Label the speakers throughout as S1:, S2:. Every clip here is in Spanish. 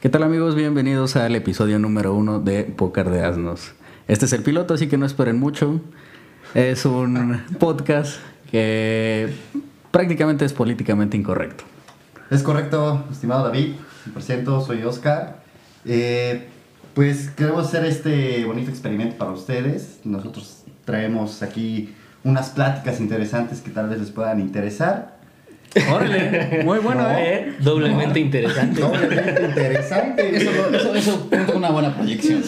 S1: ¿Qué tal amigos? Bienvenidos al episodio número uno de Póker de Asnos. Este es el piloto, así que no esperen mucho. Es un podcast que prácticamente es políticamente incorrecto.
S2: Es correcto, estimado David, 100%, soy Oscar. Eh, pues queremos hacer este bonito experimento para ustedes. Nosotros traemos aquí unas pláticas interesantes que tal vez les puedan interesar.
S1: Órale, muy bueno,
S2: No.
S1: ¿eh?
S3: Doblemente interesante.
S2: Doblemente interesante.
S4: Eso, eso, eso cuenta con una buena proyección.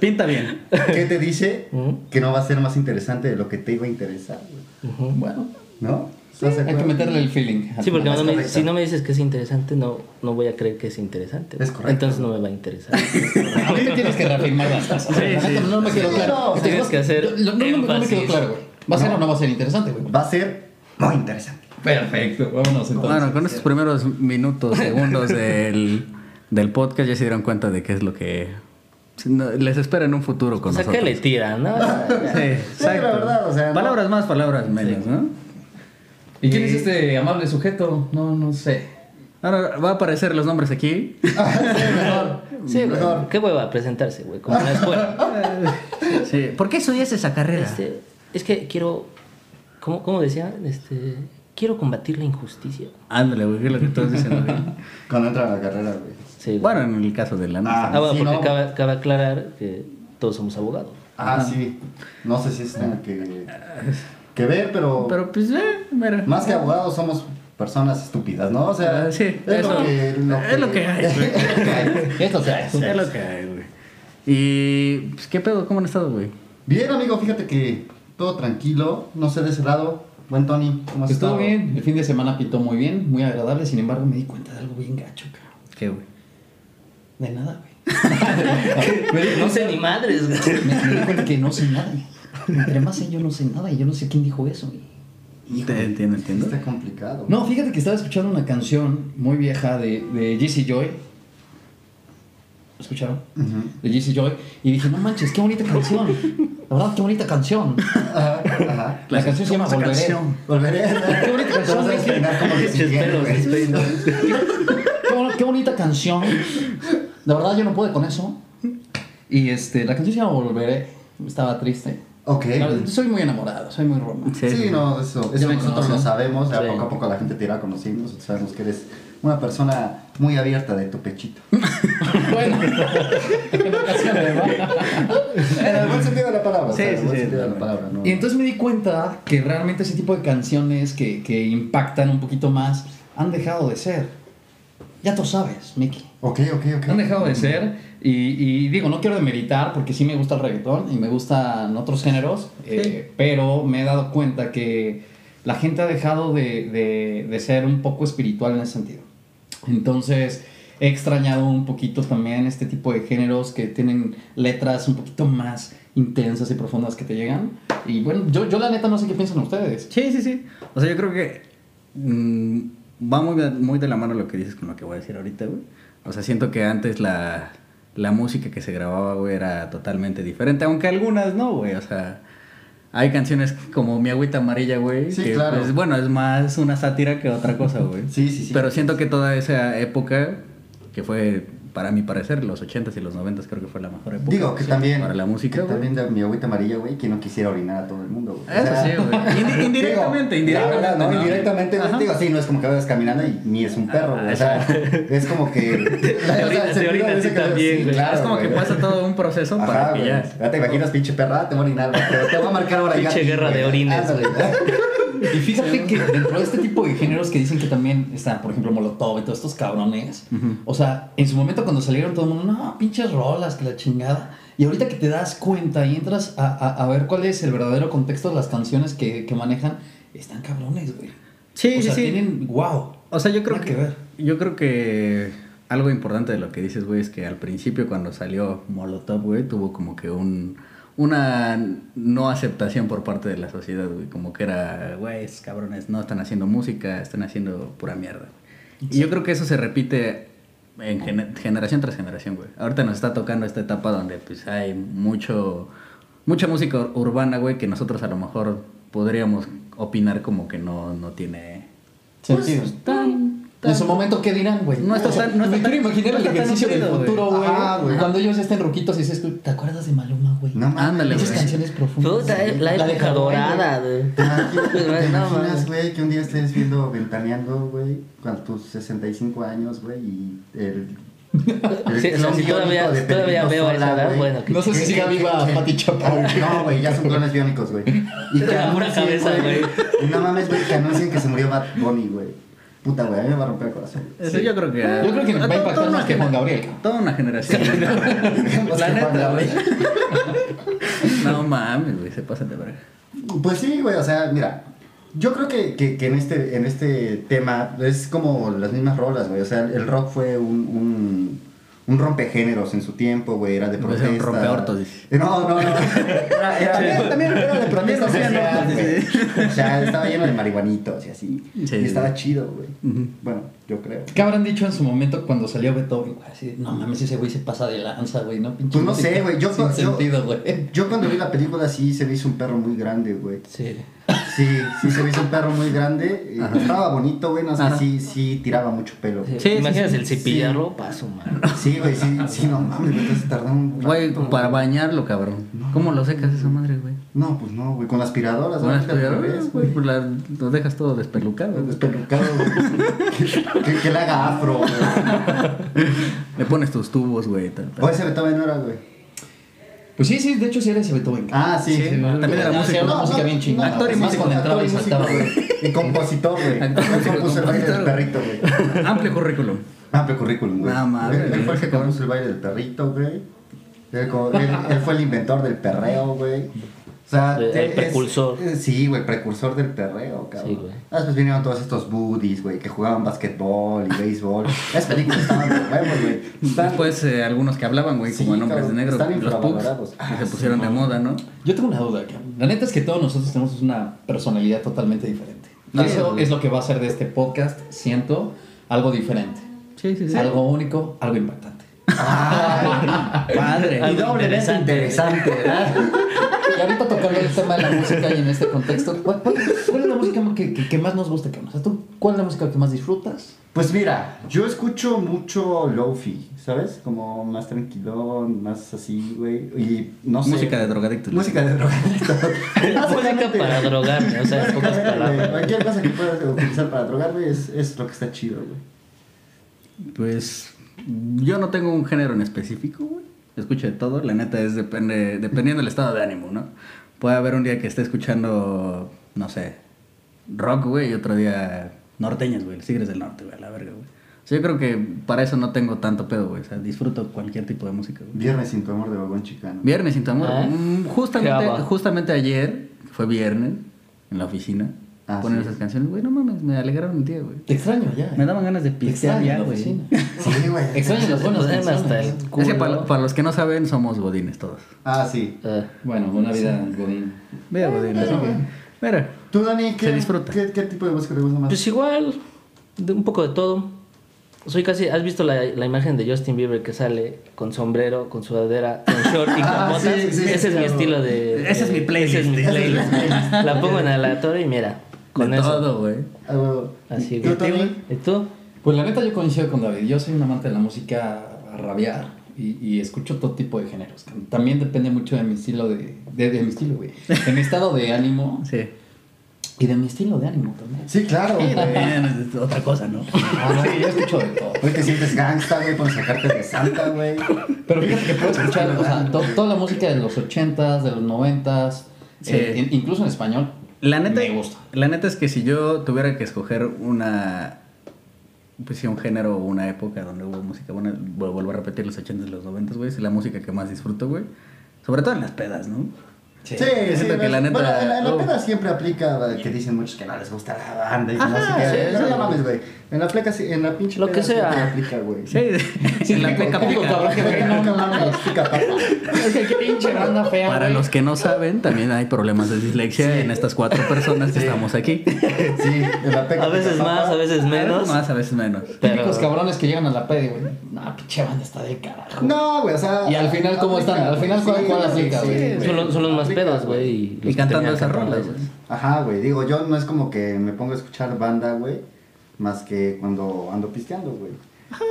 S1: Pinta bien.
S2: ¿Qué te dice que no va a ser más interesante de lo que te iba a interesar? güey?
S4: Bueno,
S2: ¿No? ¿Estás de
S4: hay que
S2: acuerdo?
S4: meterle el feeling.
S3: Sí, porque
S2: Ah,
S3: no
S2: es
S3: me-
S2: correcto.
S3: si no me dices que es interesante, no, no voy a creer que es interesante.
S2: Es correcto.
S3: Entonces no me va a interesar.
S4: A mí me tienes que reafirmar las cosas.
S1: Sí, sí.
S4: No me quedó
S2: Sí,
S4: claro.
S2: no,
S4: Estas
S3: tienes
S4: cosas-
S3: que hacer
S4: yo- No, no, no me- no me quedó
S3: énfasis.
S4: claro, güey. ¿Va a ser o no va a ser interesante, güey?
S2: Va a ser muy interesante.
S4: Perfecto, vámonos
S1: Bueno, con estos primeros minutos, segundos del, del podcast ya se dieron cuenta de qué es lo que no, les espera en un futuro con
S3: o sea, ¿qué
S1: nosotros.
S3: le tiran? ¿no?
S1: Sí, exacto.
S2: la verdad, o sea, no-
S1: palabras más, palabras menos, ¿no?
S4: ¿Y quién es este amable sujeto? No, no sé.
S1: Ahora va a aparecer los nombres aquí.
S2: mejor.
S3: Sí, güey.
S2: mejor.
S3: Qué hueva presentarse, güey, como en la escuela.
S1: Sí. ¿Por qué estudias esa carrera?
S3: Este, es que quiero. ¿Cómo, cómo decía? Este, quiero combatir la injusticia.
S1: Ándale, güey, que es lo que estás diciendo. güey.
S2: Cuando entra a la carrera, güey.
S3: Sí, güey.
S1: bueno, en el caso de la nuestra.
S3: ah, bueno,
S2: sí,
S3: porque
S2: no.
S3: cabe, cabe aclarar que todos somos abogados.
S2: Ah, sí. No sé si eso tenga que, que ver, pero,
S1: Pero pues, eh, mira.
S2: más que abogados somos personas estúpidas, ¿no? O sea,
S1: Ah, sí,
S2: es,
S1: eso.
S2: lo que,
S1: Es lo que hay.
S2: es lo que hay.
S4: Esto se hace.
S1: Es lo que hay, güey. Y, pues, ¿qué pedo? ¿Cómo han estado, güey?
S2: Bien, amigo, fíjate que todo tranquilo, no sé de ese lado. Buen Tony, ¿cómo has
S4: Pues Estuvo
S2: estado?
S4: bien, el fin de semana pitó muy bien, muy agradable, sin embargo me di cuenta de algo bien gacho, cabrón.
S1: ¿Qué, güey?
S4: De nada, güey.
S3: No sé ni madres, güey.
S4: Me, me di cuenta que no sé nada. Entre más sé, yo no sé nada y yo no sé quién dijo eso.
S1: Te entiendo, entiendo.
S2: Está complicado.
S4: No, fíjate que estaba escuchando una canción muy vieja de, de Jesse Joy. ¿Escucharon?
S2: Ujú.
S4: De Jesse Joy. Y dije, no manches, qué bonita canción. La verdad, qué bonita canción.
S2: Ajá, ajá.
S4: La canción se llama
S1: Esa
S4: Volveré.
S1: canción.
S2: Volveré a...
S4: Qué bonita
S2: Te vas
S4: canción,
S2: a despeinar
S4: güey. Qué,
S2: como Luis Miguel,
S3: pelos,
S2: güey.
S4: bon- qué bonita canción. La verdad, yo no pude con eso. Y este, la canción se llama Volveré. Estaba triste.
S2: Ok.
S4: La verdad, soy muy enamorado, soy muy romántico.
S1: Sí,
S2: Sí,
S1: sí.
S2: no, eso, eso
S4: me
S2: nosotros
S4: conocen.
S2: lo sabemos, ya
S3: Sí.
S2: poco a poco la gente te irá conociendo, nosotros sabemos que eres una persona muy abierta de tu pechito.
S4: Bueno, en ocasiones, ¿verdad?
S2: En el buen sentido de la palabra. o
S1: Sí,
S2: sea, en
S1: sí,
S2: el buen
S1: sí,
S2: sentido de la
S1: totalmente.
S2: palabra, ¿no?
S4: Y entonces me di cuenta que realmente ese tipo de canciones que, que impactan un poquito más han dejado de ser. Ya tú sabes, Mickey.
S2: Ok, ok, ok.
S4: Han dejado de ser. Y, y digo, no quiero demeritar porque sí me gusta el reggaetón y me gustan otros géneros, eh, pero me he dado cuenta que la gente ha dejado de, de- de ser un poco espiritual en ese sentido. Entonces, he extrañado un poquito también este tipo de géneros que tienen letras un poquito más intensas y profundas que te llegan. Y bueno, yo, yo la neta no sé qué piensan ustedes.
S1: Sí, sí, sí. O sea, yo creo que mm, va muy de, muy de la mano lo que dices con lo que voy a decir ahorita, güey. O sea, siento que antes la, la música que se grababa, güey, era totalmente diferente, aunque algunas no, güey. O sea, hay canciones como Mi Agüita Amarilla, güey.
S2: Sí,
S1: que,
S2: claro.
S1: pues, bueno, es más una sátira que otra cosa, güey.
S2: Sí, sí, sí.
S1: Pero siento que toda esa época, que fue, para mi parecer, los 80s y los 90s, creo que fue la mejor época.
S2: Digo, que también.
S1: Para la música,
S2: que
S1: güey.
S2: También de mi agüita amarilla, güey, que no quisiera orinar a todo el mundo, güey.
S1: Eso sí, güey. Indi-
S2: digo,
S1: indirectamente,
S2: la verdad,
S1: indirectamente,
S2: no,
S1: ¿no?
S2: indirectamente, güey.
S1: Ajá.
S2: Digo, sí, no es como que vayas caminando y ni es un perro, güey.
S1: Ah,
S2: O sea, es como que. o sea,
S3: orinas-
S2: el
S3: te
S2: sentido
S3: orinas
S2: de esa
S3: a ti
S2: canción,
S3: también,
S2: sí,
S3: güey.
S2: claro,
S1: es como que
S2: güey.
S1: pasa todo un proceso para
S2: Ajá,
S1: que
S2: güey.
S1: ya.
S2: Ya te imaginas, pinche perra, te voy a orinar, güey. Te- Te voy a marcar ahora ya.
S3: Pinche guerra de orines,
S2: Ándale.
S4: Y
S1: ¿eh?
S4: fíjate que dentro de este tipo de géneros que dicen que también están, por ejemplo, Molotov y todos estos cabrones, o sea, en su momento cuando salieron todo el mundo, no, pinches rolas, que la chingada. Y ahorita que te das cuenta y entras a, a- a ver cuál es el verdadero contexto de las canciones que, que manejan, están cabrones, güey.
S1: Sí,
S4: o
S1: sí,
S4: sea,
S1: sí.
S4: tienen, wow.
S1: O sea, yo creo
S4: Nada
S1: que,
S4: que ver.
S1: yo creo que algo importante de lo que dices, güey, es que al principio cuando salió Molotov, güey, tuvo como que un una no aceptación por parte de la sociedad, güey, como que era, güey, esos cabrones no están haciendo música, están haciendo pura mierda. Y yo creo que eso se repite en gene- generación tras generación, güey. Ahorita nos está tocando esta etapa donde pues hay mucho mucha música ur- urbana, güey, que nosotros a lo mejor podríamos opinar como que no no tiene
S4: Sentido.
S1: tan
S4: Pues, En su momento, ¿qué dirán, güey?
S1: No está tan- no está
S4: Me quiero
S1: tan-
S4: imaginar
S1: no
S4: el
S1: está tan
S4: ejercicio del
S1: nutrido, güey.
S4: futuro, güey.
S2: Ajá, güey.
S4: Cuando ellos ya estén ruquitos y dices, tú, ¿te acuerdas de Maluma, güey?
S2: No mames.
S1: Ándale,
S4: Esas
S1: güey.
S4: canciones profundas.
S3: Puta, eh, la
S4: de
S3: época
S4: Hawái, güey.
S3: dorada, güey.
S2: Ah, ¿Te te
S3: No,
S2: imaginas,
S3: mames.
S2: güey, que un día estés viendo Ventaneando, güey, con tus 65 años, güey, y el... el
S3: Sí, o sea,
S2: clon
S3: si
S2: biónico
S3: todavía-
S2: de
S3: si todavía
S2: Pedrito
S3: veo a esa
S2: Sola,
S3: edad,
S2: güey.
S3: bueno, que-
S4: No sé si siga viva Pati Chapoy.
S2: No, güey, ya son clones biónicos, güey. Y
S3: De
S2: que
S3: la pura
S2: anuncien,
S3: cabeza,
S2: Y no mames, güey, que anuncien que se murió Bad Bunny, güey. Puta, güey, a mí me va a romper el corazón. güey.
S1: Eso yo creo que.
S4: Yo creo que va a
S1: to-
S4: impactar
S1: toda una
S4: más que Juan
S1: gener-
S4: Gabriel, cabrón.
S1: Toda una generación.
S2: Más
S1: La
S2: que Juan
S1: neta, güey.
S2: Gabriel.
S1: No mames, güey, se pasan de verga.
S2: Pues sí, güey, o sea, mira, yo creo que, que- que en, este, en este tema es como las mismas rolas, güey, o sea, el rock fue un, un, un rompegéneros en su tiempo, güey, era de
S1: Pues
S2: protesta.
S1: era un rompeortos, dice.
S2: Eh, No, no, no, Era- era- también, también era de protesta
S1: También
S2: social,
S1: rompían normas,
S2: güey.
S1: sí.
S2: O sea, estaba lleno de marihuanitos y así,
S1: Sí.
S2: y estaba chido, güey,
S1: Ujú.
S2: bueno, yo creo.
S4: ¿Qué habrán dicho en su momento cuando salió Beethoven? güey? Así, no mames, ese güey se pasa de lanza, güey, ¿no? Pinche
S2: Pues no sé,
S4: música
S2: güey, yo-
S4: Sin
S2: yo-
S4: sentido, güey.
S2: Yo cuando vi la película sí se me hizo un perro muy grande, güey.
S3: Sí.
S2: Sí, sí se me hizo un perro muy grande. eh, Estaba bonito, güey, no sé,
S1: Ajá.
S2: sí, sí tiraba mucho pelo. güey.
S3: Sí,
S1: Sí,
S3: Imaginas
S1: sí,
S3: el
S1: sí.
S3: cepillarropa, su mano.
S2: Sí, güey, sí, sí, no mames, güey, entonces tardó un
S1: Güey,
S2: rato.
S1: para bañarlo, cabrón. ¿Cómo lo secas esa madre, güey?
S2: No, pues no, güey, con la aspiradora,
S1: Con las
S2: ¿sabes? Al
S1: aspiradoras,
S2: revés,
S1: güey. pues la- Lo dejas todo despelucado. güey.
S2: Despelucado, güey. que, que, que le haga afro, güey.
S1: Le pones tus tubos, güey. tal, tal.
S2: O ese Beethoven no era, güey.
S4: Pues sí, sí, de hecho sí era ese Beethoven.
S2: Ah, sí.
S1: Sí, también era
S4: Ah,
S1: músico.
S4: sí, una
S1: No,
S4: música bien chingona.
S1: actor y
S4: Más
S1: músico,
S4: cuando entraba y
S2: actor y
S4: saltaba,
S2: músico,
S4: güey.
S2: Y compositor, güey.
S1: Actor,
S2: Él
S1: músico,
S2: compuso el baile del
S1: compositor,
S2: perrito, güey.
S1: Amplio currículum.
S2: Amplio Ah, currículum, güey.
S1: No mames,
S2: Él fue el que
S1: cabrón.
S2: compuso el baile del perrito, güey. Él, co- él- él fue el inventor del perreo, güey. O sea,
S3: El- el
S2: es-
S3: precursor.
S2: eh, sí, güey, precursor del perreo, cabrón.
S3: Sí, güey.
S2: Ah, Después vinieron todos estos buddies, güey, que jugaban basquetbol y béisbol. Esas películas estaban de huevos, güey. Estaban-
S1: Después eh, algunos que hablaban, güey,
S2: Sí,
S1: como en Hombres de
S2: cabrón,
S1: Negro,
S2: están
S1: los pugs,
S2: infravalorados.
S1: que se pusieron de moda, ¿no?
S4: Yo tengo una duda, cabrón. La neta es que todos nosotros tenemos una personalidad totalmente diferente.
S1: Sí,
S4: Eso
S1: güey.
S4: es lo que va a hacer de este podcast, siento, algo diferente.
S1: Sí, sí, sí.
S4: Algo único, algo impactante.
S2: Ay,
S1: Padre.
S2: y
S3: Algo
S2: doblemente
S3: interesante.
S2: interesante, ¿verdad?
S4: Y ahorita tocando el tema de la música y en este contexto, ¿cuál, cuál- cuál es la música que, que- que más nos gusta, cabrón? O sea, ¿tú cuál es la música que más disfrutas?
S2: Pues mira, yo escucho mucho lofi, ¿sabes? Como más tranquilón, más así, güey. Y no sé.
S1: Música de drogadictos.
S2: Música de drogadictos.
S3: Música para drogarme, o sea, en pocas
S2: Güey,
S3: palabras.
S2: Cualquier cosa que puedas utilizar para drogarme es, es lo que está chido, güey.
S1: Pues yo no tengo un género en específico, güey. Escucho de todo, la neta es depende, dependiendo del estado de ánimo, ¿no? Puede haber un día que esté escuchando, no sé, rock, güey, y otro día norteñas, güey, los Tigres del Norte, güey, a la verga, güey. O sea, yo creo que para eso no tengo tanto pedo, güey. O sea, disfruto cualquier tipo de música, güey.
S2: Viernes sin tu amor de vagón chicano.
S1: Viernes sin tu amor.
S3: Ah, ¿eh?
S1: Mm, Justamente,
S3: Qué aba.
S1: justamente ayer, que fue viernes, en la oficina,
S2: Ah,
S1: ponen
S2: sí.
S1: esas canciones, güey, no mames, me alegraron el día, güey.
S4: Te extraño ya. ¿eh?
S1: Me daban ganas de
S4: Te
S1: pistear
S4: extraño en
S1: ya,
S4: la
S1: güey.
S4: oficina.
S2: Sí, güey.
S4: Extraño las buenas
S3: Nos dan hasta
S4: canciones.
S3: el
S1: Es que
S3: culo.
S1: para, para los que no saben, somos godines todos.
S2: Ah, sí.
S3: Ah.
S4: Bueno, una vida godín.
S1: Mira, godines. Mira.
S2: ¿Tú, Dani, qué,
S1: Se disfruta.
S2: qué, qué tipo de música te gusta más?
S3: Pues igual, de un poco de todo. Soy casi, ¿has visto la, la imagen de Justin Bieber que sale con sombrero, con sudadera, con short y con
S2: Ah,
S3: botas?
S2: sí, sí, sí,
S3: ese es
S2: claro.
S3: mi estilo de...
S1: Ese es
S3: de-
S1: mi playlist.
S3: ese es mi
S1: Ese es mi
S3: playlist. la pongo en aleatorio y mira, con
S1: de
S3: eso.
S1: todo, güey.
S2: Ah, huevo.
S3: Así,
S2: ¿Tú,
S3: güey.
S2: Tony?
S3: ¿Y tú?
S4: Pues la neta yo coincido con David, yo soy un amante de la música a rabiar y, y escucho todo tipo de géneros. También depende mucho de mi estilo de... De, de mi estilo, güey. De mi estado de ánimo
S1: Sí.
S4: y de mi estilo de ánimo también.
S2: Sí, claro, güey.
S1: Bien, es otra cosa, ¿no?
S4: Ah, sí, yo escucho de todo.
S2: Hoy te sientes gangsta, güey, por sacarte de santa, güey.
S4: Pero fíjate que puedo escuchar, o sea, to- toda la música de los 80s, de los 90s,
S1: Sí.
S4: eh, in- incluso en español.
S1: La neta,
S4: Me gusta.
S1: la neta es que si yo tuviera que escoger una. Pues sí, un género o una época donde hubo música buena, vu- vuelvo a repetir los 80s y los 90s, güey, es la música que más disfruto, güey. Sobre todo en las pedas, ¿no?
S2: Sí, sí,
S1: Siento que
S2: ves-
S1: la neta-
S2: bueno, en la, en la
S1: oh.
S2: peda siempre aplica eh, que dicen muchos que no les gusta la banda y que no
S1: Ajá,
S2: sé qué.
S1: sí,
S2: no,
S1: sí.
S2: no mames, güey. En la pleca, sí- en la pinche
S3: Lo
S2: peda
S3: que sea.
S2: siempre aplica, güey.
S1: Sí, en la pleca
S4: típico
S1: pica.
S4: cabrón que ve, no,
S2: Nunca mames, pica papa.
S4: Qué pinche banda fea,
S1: Para
S4: güey.
S1: los que no saben, también hay problemas de dislexia en estas cuatro personas que estamos aquí.
S2: Sí, en la peca.
S3: A veces
S2: pica papa.
S3: más, a veces menos.
S1: Más, a veces menos.
S4: Típicos
S3: Pero-
S4: cabrones que llegan a la peda y, güey, no, pinche banda está de carajo.
S2: No, güey, o sea.
S4: Y al final, ¿cómo
S2: aplica,
S4: están? Al
S2: güey,
S4: final, ¿cuál-
S2: sí,
S4: cuál
S2: sí,
S4: aplica,
S2: sí,
S4: güey?
S3: Son los, son los más
S2: Aplica,
S3: pedos, güey. Y, los
S1: Y
S3: que
S1: cantando
S3: terminan
S1: esas
S3: cantando
S1: rolas,
S3: esas.
S1: güey.
S2: Ajá, güey. Digo, yo no es como que me pongo a escuchar banda, güey. más que cuando ando pisteando, güey.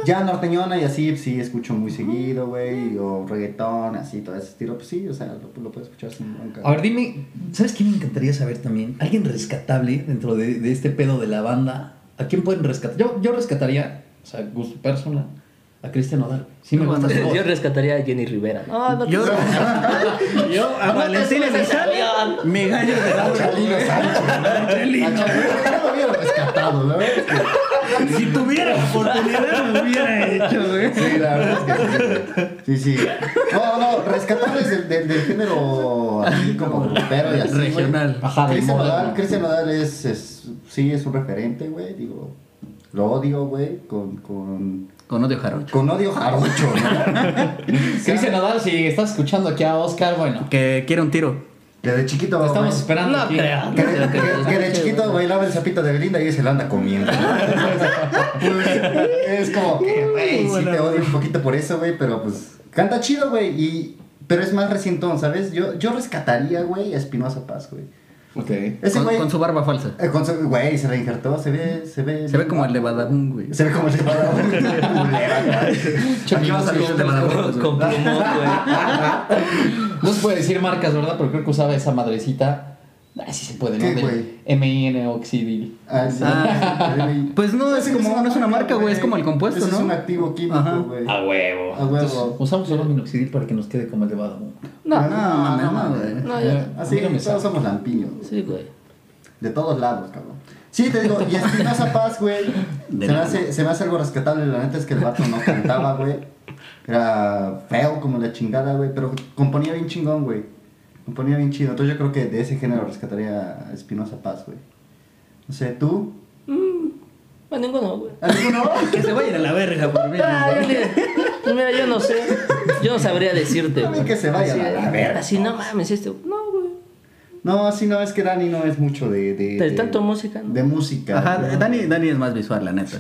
S2: Ya norteñona y así, sí, escucho muy seguido, güey, o reggaetón, así, todo ese estilo, pues sí, o sea, lo, lo puedo escuchar sin bronca.
S5: A ver, dime, ¿sabes qué me encantaría saber también? ¿Alguien rescatable dentro de, de este pedo de la banda? ¿A quién pueden rescatar? Yo, yo rescataría, o sea, gusto personal, a Cristian Odal. Sí me gusta su voz.
S3: Yo rescataría a Jenny Rivera. No, no,
S1: Yo, yo a Valentín Elizalde, mi gallo de la
S2: Chalino
S1: Chalino.
S2: Sánchez. lo había rescatado, la verdad es que-
S1: Si tuviera la oportunidad, lo hubiera hecho, güey.
S2: Sí, la verdad es que sí. Sí, sí. No, no, rescatables del, del, del género así como grupero y así. güey.
S1: Regional.
S4: Ajá, de
S2: Cristian
S4: moda,
S2: Nodal,
S4: ¿no?
S2: Cristian Nodal es, es- sí, es un referente, güey, digo, lo odio, güey, con, con,
S1: Con odio jarocho.
S2: con odio jarocho, ¿no?
S4: Cristian Nadal, si estás escuchando aquí a Oscar, bueno,
S1: Que quiere un tiro.
S2: Que de chiquito,
S4: te estamos
S2: güey,
S4: esperando.
S3: No
S4: aquí.
S3: creo.
S2: que de, que- que de chiquito bailaba el sapito de Belinda y se lo anda comiendo. ¿no? Entonces, pues, es como que, güey, sí te odio un poquito por eso, güey, pero pues canta chido, güey, y, pero es más recientón, ¿sabes? Yo, yo rescataría, güey, a Espinosa Paz, güey.
S4: Ok.
S2: Ese
S1: Con,
S2: güey,
S1: con su barba falsa.
S2: eh, con su- güey, se reinjertó, se ve, se ve.
S1: Se ve como el de Badabun, güey.
S2: Se ve como el que para Aquí vamos a ver de Badabun.
S3: Con plumón,
S1: Ah,
S3: güey.
S4: No se puede decir marcas, ¿verdad? Pero creo que usaba esa madrecita. Ah, sí se puede, ¿no?
S2: ¿Qué,
S4: Del
S2: güey?
S4: M-I-N Oxidil.
S2: Ah, sí.
S1: Ah, pues no, es
S2: Ese
S1: como- no es una marca, güey, es como el compuesto,
S2: Ese Es
S1: ¿no?
S2: un activo
S1: Ajá.
S2: químico, güey.
S4: A huevo.
S2: A Ah, huevo.
S4: Usamos solo minoxidil.
S5: Minoxidil para que nos quede como el de Badabun.
S1: No,
S2: Ah,
S1: no, no, no, güey.
S3: No, ya.
S2: Así,
S4: Dígame,
S2: todos somos lampiños.
S3: Sí, güey.
S2: De todos lados, cabrón. Sí, te digo, y Espinosa Paz, güey.
S1: De
S2: Se me,
S1: nada.
S2: hace, se me hace algo rescatable. La neta es que el vato no cantaba, güey. Era feo como la chingada, güey. Pero componía bien chingón, güey. Componía bien chido. Entonces yo creo que de ese género rescataría a Espinosa Paz, güey. No sé, ¿tú?
S3: Mm, A ninguno, güey.
S2: ¿Alguno?
S1: Que se vayan a la verga por mí.
S3: Ah, yo
S1: güey.
S3: ni- Mira, yo no sé. Yo no sabría decirte.
S2: A mí
S3: güey.
S2: que se vaya
S3: Así,
S2: a la verga.
S3: Así, no mames, este. No, güey.
S2: No, así no, es que Dani no es mucho de... De,
S3: De
S2: de-
S3: tanto música, ¿no?
S2: De música.
S1: Ajá,
S2: güey.
S1: Dani, Dani es más visual, la neta.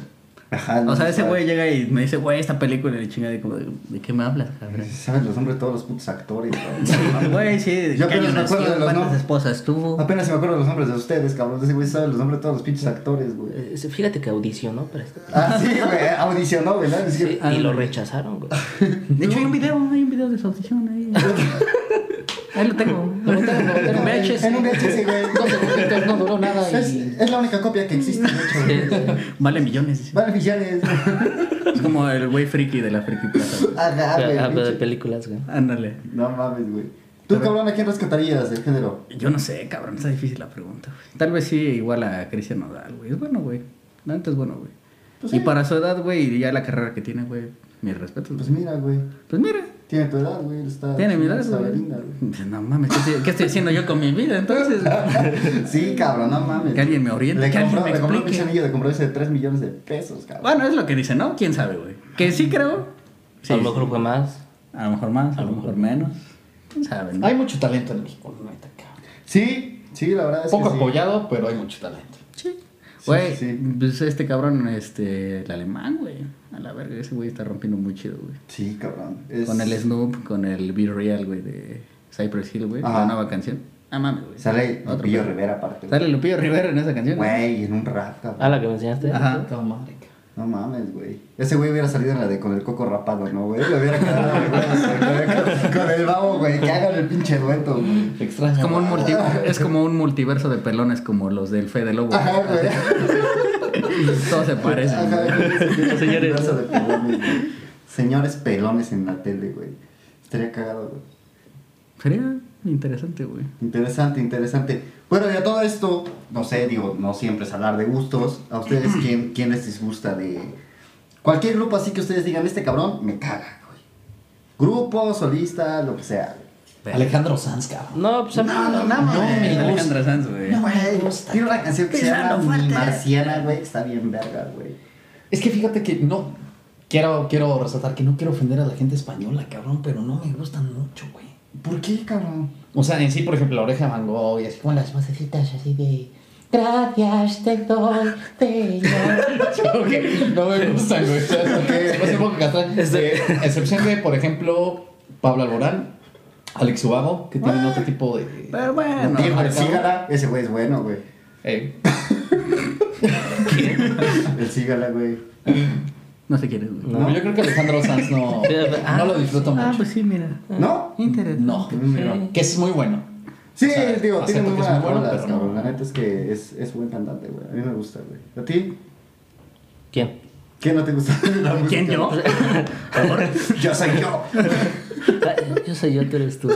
S2: Ajá, no
S1: O sea,
S2: sé,
S1: ese
S2: ¿sabes?
S1: güey llega y me dice, güey, esta película y chinga de como, de, ¿de qué me hablas, cabrón?
S2: Sabes los nombres de todos los putos actores, cabrón.
S1: Güey, sí, ¿de
S2: Yo
S1: qué
S2: apenas
S1: año
S2: me acuerdo
S1: nació?
S2: de los
S1: ¿Cuántas
S2: nom-
S1: esposas tuvo?
S2: Apenas se me acuerdo los nombres de ustedes, cabrón. Ese güey sabe los nombres de todos los pinches actores, güey.
S3: Eh, Fíjate que audicionó para este.
S2: Ah, sí, güey. Audicionó, güey. ¿no? Es decir,
S3: Sí,
S1: Ah,
S3: y
S1: no.
S3: lo rechazaron, güey.
S1: De hecho, hay un video, hay un video de su audición ahí. Ahí lo tengo.
S2: en- En un VHS, güey.
S4: Dos segunditos, no duró nada
S2: Es,
S4: y...
S2: es la única copia que existe, de hecho. güey.
S1: Vale millones.
S2: Vale, millones.
S1: Es como el güey friki de la friki plaza. güey.
S2: Ajá, güey.
S3: Ah, pero de
S2: pinche-
S3: películas, güey.
S1: Ándale.
S2: No mames, güey. ¿Tú, cabrón, a quién rescatarías del género?
S1: Yo no sé, cabrón, está difícil la pregunta, güey. Tal vez sí, igual a Cristian Nodal, güey. Es bueno, güey. La neta es bueno, güey.
S2: Pues
S1: y
S2: sí.
S1: para su edad, güey, y ya la carrera que tiene, güey, mis respetos.
S2: Pues
S1: Pues,
S2: mira, güey.
S1: pues mira,
S2: Tiene tu edad, güey. Está,
S1: tiene mi edad,
S2: está
S1: güey.
S2: linda, güey.
S1: No mames, ¿qué estoy, qué estoy haciendo yo con mi vida entonces?
S2: Sí, cabrón, no mames.
S1: Que alguien me oriente,
S2: Le
S1: que alguien
S2: compró,
S1: me
S2: le compró un
S1: explique.
S2: pinche anillo de compromiso de 3 millones de pesos, cabrón.
S1: bueno, es lo que dice, ¿no? ¿Quién sabe, güey? Que sí creo. Sí,
S3: a lo mejor fue más.
S1: A lo mejor más, a lo mejor menos. ¿Quién sabe, no?
S4: Hay mucho talento en México, la neta, cabrón.
S2: Sí, sí, la verdad es
S4: Poco
S2: que sí.
S4: apoyado, pero hay mucho talento.
S1: Sí. Güey,
S2: sí, sí.
S1: pues este cabrón, este, el alemán, güey. A la verga, ese güey está rompiendo muy chido, güey.
S2: Sí, cabrón. Es-
S1: Con el Snoop, con el Be Real, güey, de Cypress Hill, güey.
S2: Ajá.
S1: La nueva canción. Ah, mames, güey.
S2: Sale
S1: Otro
S2: Lupillo
S1: pedo.
S2: Rivera aparte. güey.
S1: Sale Lupillo Rivera en esa canción.
S2: Güey, en un rap, cabrón.
S3: Ah, la que me enseñaste.
S1: Ajá.
S4: Puta madre, cabrón.
S2: No mames, güey. Ese güey hubiera salido en la de con el coco rapado, ¿no, güey? Le hubiera quedado vergüenza, güey. con, con el babo, güey. Que hagan el pinche dueto, güey.
S4: Extraño.
S1: Es como, un multi- es como un multiverso de pelones como los del Fede Lobo.
S2: Ajá, güey.
S1: Todos se parecen.
S2: Ajá,
S1: güey.
S2: güey.
S3: Señores.
S2: Universo de pelones, güey. Señores pelones en la tele, güey. Estaría cagado, güey.
S1: Sería interesante, güey.
S2: Interesante, interesante. Bueno, y a todo esto, no sé, digo, no siempre es hablar de gustos. ¿A ustedes quién, quién les disgusta de cualquier grupo así que ustedes digan, este cabrón me caga, güey? Grupo, solista, lo que sea.
S4: Alejandro Sanz, cabrón.
S3: No, pues a mí.
S2: No, no, no,
S1: mames,
S2: me gusta.
S1: Alejandra Sanz, güey.
S2: No, güey, tiene una canción que se
S1: Pisando
S2: llama Mi
S1: fuerte.
S2: Marciana, güey, que está bien verga, güey.
S4: Es que fíjate que no. Quiero, quiero resaltar que no quiero ofender a la gente española, cabrón, pero no me gustan mucho, güey.
S2: ¿Por qué, cabrón?
S4: O sea, en sí, por ejemplo, la oreja de Van Gogh y así como las vocecitas así de. Gracias, te doy, te doy. no me gustan, güey. O sea, no sé poco castrán.
S3: Este-
S4: Eh, Excepción de, por ejemplo, Pablo Alborán, Alex Ubago, que tienen otro tipo de.
S1: Pero bueno.
S2: Diego
S4: Ah, no,
S2: Sígara, ese güey es bueno, güey.
S4: Eh,
S2: El sígala, güey.
S1: No se quiere, güey.
S4: No, yo creo que Alejandro Sanz no,
S3: Ah,
S4: no lo disfruto
S1: Ah,
S4: mucho.
S1: pues sí, mira.
S2: ¿No?
S1: Interesante.
S4: No, que es muy bueno.
S2: Sí,
S4: O sea,
S2: digo, tiene
S4: acepto
S2: muy
S4: que es
S2: buenas
S4: muy bueno,
S2: rolas,
S4: pero no.
S2: cabrón. La neta es que es, es buen cantante, güey. A mí me gusta, güey. ¿A ti?
S3: ¿Quién?
S2: ¿Qué no te gusta? de la
S1: ¿Quién
S2: música?
S1: yo?
S2: Yo soy yo.
S3: Ah, Yo soy yo, tú eres tú.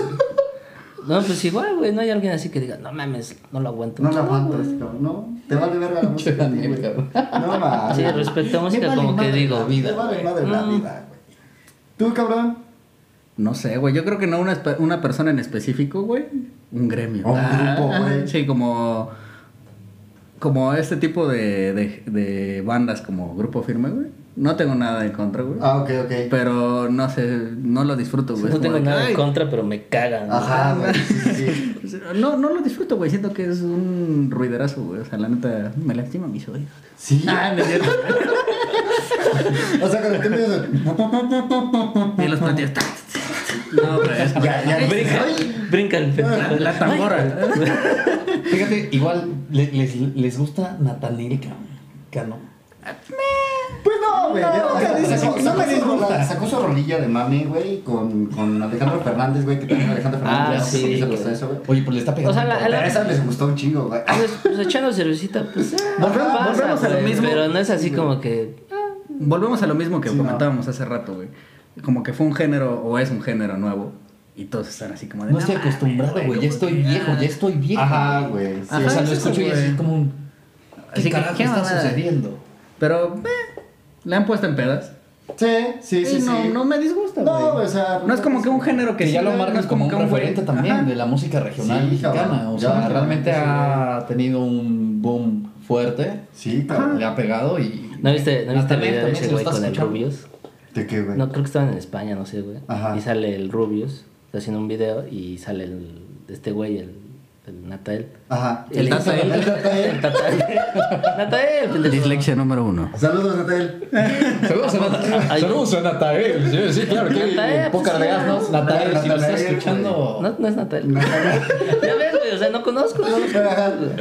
S3: No, pues igual, güey, no hay alguien así que diga, no mames, no lo aguanto.
S2: No la aguantas, cabrón. No, te vale verga la música. a ti,
S4: Daniel,
S2: güey.
S4: cabrón.
S2: No mames.
S3: Sí, respecto a música,
S4: vale
S3: como que
S4: madre
S3: digo,
S4: la
S2: Te
S3: vida.
S2: vale
S3: güey.
S2: madre la
S3: Mm,
S2: vida, güey. ¿Tú, cabrón?
S1: No sé, güey. Yo creo que no una, espe- una persona en específico, güey. Un gremio. Ah,
S2: O un grupo, güey.
S1: Sí, como. Como este tipo de, de, de bandas como Grupo Firme, güey. No tengo nada en contra, güey.
S2: Ah, ok, ok.
S1: Pero no sé, no lo disfruto, güey. Es
S3: No
S1: como
S3: tengo
S1: de que,
S3: nada en
S1: "Ay,
S3: contra, pero me cagan. güey.
S2: Ajá, güey. Sí, sí, sí.
S1: No, no lo disfruto, güey. Siento que es un ruiderazo, güey. O sea, la neta, me lastima mis oídos.
S2: Sí.
S1: Ah, no es cierto.
S2: O sea, cuando te empiezas.
S1: Y los platillos. No, güey. es-
S2: Ya, ya.
S3: Brincan,
S2: Ay,
S3: brincan.
S1: La, la tambora.
S5: Fíjate, igual le- les, les gusta Nathaniel Cano. Cano.
S2: Pues no, güey. No,
S5: dices,
S2: sacó,
S5: no me
S2: sacó su
S5: disgusta.
S2: rola- sacó su rolilla de mame, güey, con, con Alejandro Fernández, güey, que también Alejandro
S3: Ah,
S2: Fernández. ya
S3: sí,
S2: hizo
S3: güey.
S2: proceso, güey.
S5: Oye, pues le está pegando.
S3: O sea, la-
S2: Pero a esa les gustó un chingo, güey.
S3: Pues, pues echando cervecita, pues. eh,
S1: Volvemos-
S3: pasa,
S1: volvemos a lo
S3: güey,
S1: mismo.
S3: Pero no es así como que.
S1: Volvemos a lo mismo que
S2: Sí, no.
S1: comentábamos hace rato, güey. Como que fue un género o es un género nuevo. Y todos están así como de.
S5: No estoy
S1: mames,
S5: acostumbrado, güey. Ya
S1: como
S5: estoy
S1: que,
S5: viejo,
S1: ah".
S5: ya estoy viejo.
S2: Ajá, güey. Sí.
S5: o sea,
S1: Ajá,
S5: lo
S1: es eso,
S5: escucho y
S1: güey.
S5: es como un. ¿Qué
S1: Así que,
S5: carajo
S1: ¿qué
S5: está
S1: mamada?
S5: sucediendo?
S1: Pero, eh, le han puesto en pedas.
S2: Sí, sí, sí.
S1: Y no,
S2: sí.
S1: no me disgusta, güey.
S2: No, o sea,
S1: No es como que un género que
S5: Que ya
S1: sí,
S5: lo
S1: no
S5: marcan
S1: es
S5: como un
S1: que güey-
S5: referente también
S1: Ajá.
S5: de la música regional
S2: Sí,
S5: mexicana.
S2: cabrón.
S5: O
S2: Ya,
S5: sea,
S2: cabrón,
S5: realmente
S2: sí,
S5: ha tenido un boom fuerte.
S2: Sí, cabrón.
S5: Le ha pegado y.
S3: ¿No viste, no viste el
S5: Nathaniel
S3: video de
S5: también
S3: ese
S5: se lo
S3: güey
S5: está
S3: con el
S5: escuchando.
S3: Rubius?
S2: ¿De qué, güey?
S3: No, creo que estaban en España, no sé, güey.
S2: Ajá.
S3: Y sale el Rubius, está haciendo un video y sale el, este güey, el, el Natael.
S2: Ajá.
S1: El Natael.
S3: El Natael. El Natael. Natael, pendejo.
S1: Dislexia número uno.
S2: Saludos, Natal.
S4: Saludos a Natael.
S3: Ay.
S4: Saludos a Natael. Sí, sí, claro.
S3: Natael,
S4: Que poca
S3: pues,
S4: de
S3: sí.
S4: gas, ¿no? Natael, si lo estás
S2: Natael,
S4: escuchando.
S3: No, no es Natael. ya ves, güey, o sea, no conozco. No lo
S2: Ajá.
S3: conozco.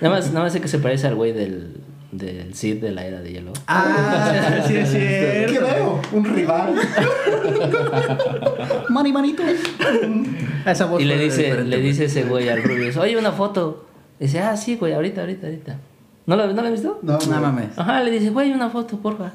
S3: Nada más, nada más sé que se parece al güey del, del Cid de la era de hielo.
S1: Ah, sí es
S5: Este,
S2: ¿Qué
S1: cierto.
S2: veo? Un rival.
S1: Mani, manito. Esa voz
S3: Y le
S1: fue
S3: dice,
S1: diferente,
S3: le
S1: güey.
S3: dice ese güey al Rubius, oye, una foto. Dice, ah, sí, güey, ahorita, ahorita, ahorita. ¿No la, ¿no la has visto?
S2: No, güey.
S1: No mames.
S3: Ajá, le dice, güey, una foto, porfa.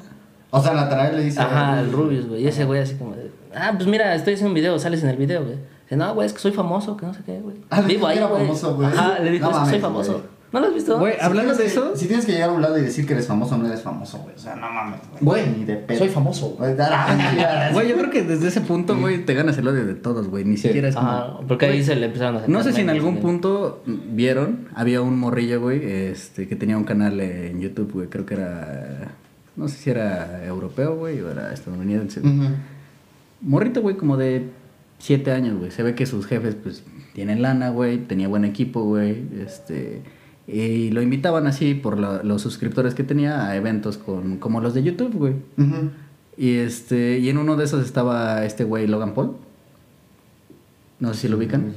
S2: O sea, Natal le dice.
S3: Ajá, el Rubius, güey. Y ese güey así como de, ah, pues mira, estoy haciendo un video, sales en el video, güey. Dice, no, güey, es que soy famoso, que no sé qué, güey.
S2: Ah, le dijo
S3: Vivo
S2: que
S3: ahí,
S2: era
S3: güey.
S2: famoso, güey.
S3: Ajá, le dijo,
S2: No
S3: es que soy
S2: mames,
S3: famoso.
S2: güey.
S3: ¿No lo has visto?
S1: Güey, ah, hablando de
S2: tienes que-
S1: eso.
S2: Si tienes que llegar a un lado y decir que eres famoso, no eres famoso, güey. O sea, no mames,
S5: Güey,
S2: Ni de pedo.
S5: soy famoso. güey.
S2: Güey, ah,
S1: Güey, yo creo que desde ese punto, güey, te ganas el odio de todos, güey. Ni siquiera pues, es como.
S3: Ajá, porque ahí se le empezaron a sacar
S1: No sé si en
S3: memes,
S1: algún
S3: güey.
S1: punto vieron, había un morrillo, güey, este, que tenía un canal en YouTube, güey, creo que era, no sé si era europeo, güey, o era estadounidense. güey.
S2: Ujú.
S1: Morrito, güey, como de siete años, güey, se ve que sus jefes, pues, tienen lana, güey, tenía buen equipo, güey, este, y lo invitaban así por la- los suscriptores que tenía a eventos con, como los de YouTube, güey.
S2: Ujú.
S1: Y este, y en uno de esos estaba este güey Logan Paul. No sé si lo ubican.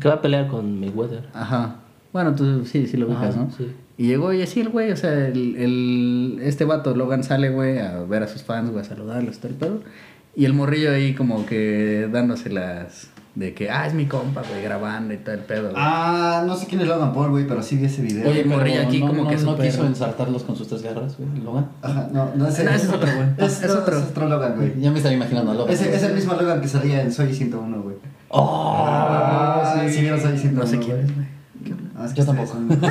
S3: Que va a pelear con mi weather.
S1: Ajá. Bueno, tú sí, sí lo
S3: Ajá,
S1: ubicas, ¿no?
S3: sí.
S1: Y llegó y así el güey, o sea, el, el- este vato Logan sale, güey, a ver a sus fans, güey, a saludarlos, todo el pedo. Y el morrillo ahí como que dándose las de que, ah, es mi compa, güey, grabando y todo el pedo. güey.
S2: Ah, no sé quién es Logan Paul, güey, pero sí vi ese video.
S1: Oye, morrillo
S5: pero
S1: aquí
S5: no,
S1: como
S5: no,
S1: que
S5: no
S1: súper-
S5: quiso ensartarlos con sus tres garras, güey. Logan.
S2: Ajá, no, no sé.
S1: No, ese es otro, güey.
S2: Es,
S1: Es
S2: no,
S1: otro.
S2: Es otro Logan, güey.
S5: Ya me estaba imaginando a Logan.
S2: Ese- es el mismo Logan que salía en Soy 101, güey.
S5: Oh,
S2: Ah, sí, vieron Soy 101.
S1: No sé quién es, güey.
S2: Ah, es que
S5: Yo
S2: ustedes
S5: tampoco.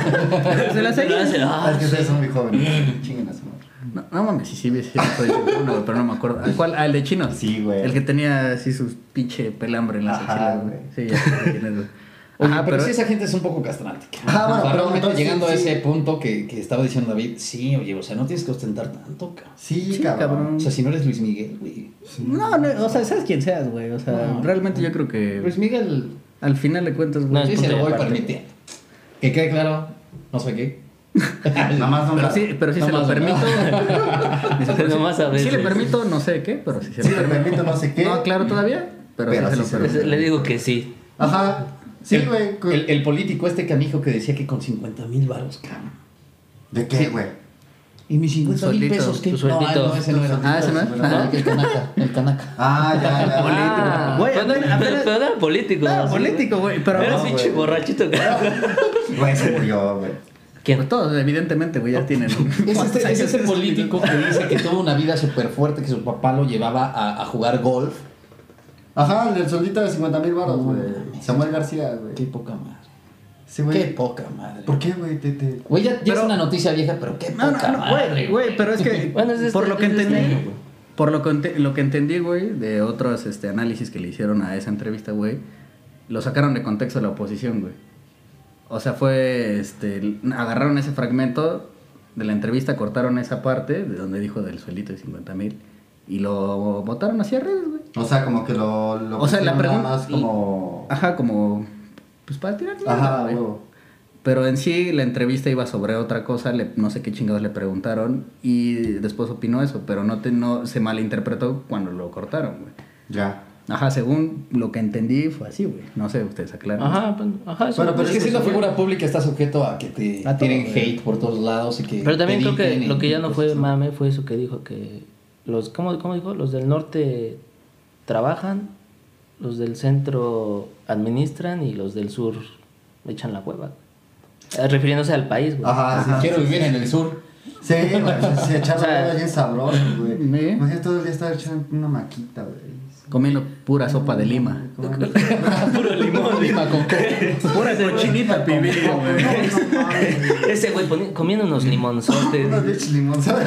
S2: son-
S1: Se la seguí.
S2: Ah, es que ustedes son muy jóvenes. Chinguen a su madre.
S1: No, no mames, sí, sí, sí, sí, soy uno, güey, pero no me acuerdo. ¿A cuál? Ah, el de chino.
S2: Sí, güey.
S1: El que tenía así su pinche pelambre en las
S2: Ajá,
S1: axilas, güey.
S2: güey.
S1: Sí, ya sé quién es, güey.
S5: Oye,
S1: Ajá,
S5: pero, sí, esa gente es un poco castrante.
S2: Ah, bueno,
S5: O sea,
S2: pero
S5: realmente
S2: entonces,
S5: llegando a
S2: sí.
S5: ese punto que, que estaba diciendo David, sí, oye, o sea, no tienes que ostentar tanto, cabrón.
S2: Sí,
S1: Sí,
S2: cabrón.
S1: cabrón.
S5: O sea, si no eres Luis Miguel, güey.
S1: No, no, o sea, seas quien seas, güey. O sea,
S5: No.
S1: realmente yo creo que
S5: Luis Miguel,
S1: al final le cuentas, güey.
S3: No, es
S5: sí,
S3: punto
S5: se lo
S3: y
S5: voy
S3: aparte.
S5: permitiendo. Que quede claro, no soy gay.
S2: Nada más no
S1: pero
S2: la-
S1: sí, pero sí
S5: No
S1: se lo
S5: más, no.
S1: permito. Dice, pero sí-
S3: Nomás a
S1: Sí le
S3: veces.
S1: permito, no sé qué, pero sí se
S2: Sí,
S1: lo
S2: le
S1: permito.
S2: permito no sé qué.
S1: No, claro todavía, pero,
S2: Pero
S1: sí
S2: sí
S1: se
S2: se
S1: lo
S2: lo-
S1: permito.
S3: Le digo que sí.
S2: Ajá. Sí,
S5: El-
S2: güey. cu-
S5: El, el político este canijo que decía que con 50 mil baros, cabrón.
S2: ¿De qué, güey?
S5: Y mis
S4: Pues,
S5: 50 mil
S1: Sueldito,
S5: pesos, ¿qué?
S3: tu sueldito.
S5: No, ay, no, ese no era.
S1: Ah, ¿ese no es?
S5: No, el canaca, el canaca.
S2: Ah, ya, ya.
S3: Ah,
S1: Güey,
S3: cuando-
S1: apenas-
S3: pero, pero era político.
S1: Claro,
S3: ¿no?
S1: político, güey, pero
S3: Era
S1: no,
S3: pinche
S1: güey.
S3: borrachito. cabrón.
S2: Güey, se murió, güey.
S1: Pues todos, evidentemente, güey, ya tienen.
S4: Es
S1: ¿Cuántos
S4: este, es
S1: años?
S4: este político que dice que tuvo una vida súper fuerte, que su papá lo llevaba a, a jugar golf.
S2: Ajá, el del soldito de 50 mil baros, güey. Samuel García,
S4: Qué
S2: güey.
S4: poca madre.
S2: Sí,
S4: Qué
S2: güey.
S4: poca madre.
S2: ¿Por qué, güey? Te, te...
S4: Güey, ya, ya
S1: Pero-
S4: es una noticia vieja, pero qué
S1: No,
S4: poca
S1: no, no, güey,
S4: madre.
S1: güey, pero es que
S3: Bueno, es de
S1: por
S3: este-
S1: lo que
S3: es de este
S1: entendí,
S3: año, güey.
S1: por lo que, ente- lo que entendí, güey, de otros este, análisis que le hicieron a esa entrevista, güey, lo sacaron de contexto de la oposición, güey. O sea, fue, este, agarraron ese fragmento de la entrevista, cortaron esa parte de donde dijo del suelito de 50 mil y lo botaron hacia redes, güey.
S2: O sea, como que lo. lo
S1: O sea, la
S2: pusieron
S1: pregun-
S2: Nada más como.
S1: Ajá, como, pues para tirar mierda,
S2: Ajá,
S1: güey.
S2: huevo.
S1: Pero en sí la entrevista iba sobre otra cosa, le- no sé qué chingados le preguntaron y después opinó eso, pero no, te, no se malinterpretó cuando lo cortaron, güey.
S2: Ya.
S1: Ajá, según lo que entendí fue así, güey. No sé, ustedes aclaran.
S3: Ajá, pues, ajá. eso-
S2: Bueno,
S4: Pero es que siendo
S2: eso fue-
S4: figura pública está sujeto a que te
S1: A todo,
S4: tiren
S1: güey.
S4: hate por todos lados y que
S3: Pero también
S4: te
S3: creo que
S4: editen
S3: lo
S4: y
S3: que ya no
S4: cosas
S3: fue
S4: así.
S3: mame fue pues, eso que dijo que los ¿cómo, cómo dijo? Los del norte trabajan, los del centro administran y los del sur echan la hueva. Eh, Refiriéndose al país, güey.
S2: Ajá, sí.
S4: Quiero vivir en el sur.
S2: Sí, güey, se
S3: O sea,
S2: echaron bien sabroso, güey.
S1: ¿sí?
S2: Imagínate todo el día estar echando una maquita, güey.
S1: Comiendo pura sopa de lima.
S2: Como- No,
S3: Puro limón.
S4: Lima con coco.
S1: Pura cochinita, pibe.
S2: no mames, güey.
S3: Ese güey poni- comiendo unos
S2: Unos
S3: limonzotes.
S2: leches limón, ¿sabes?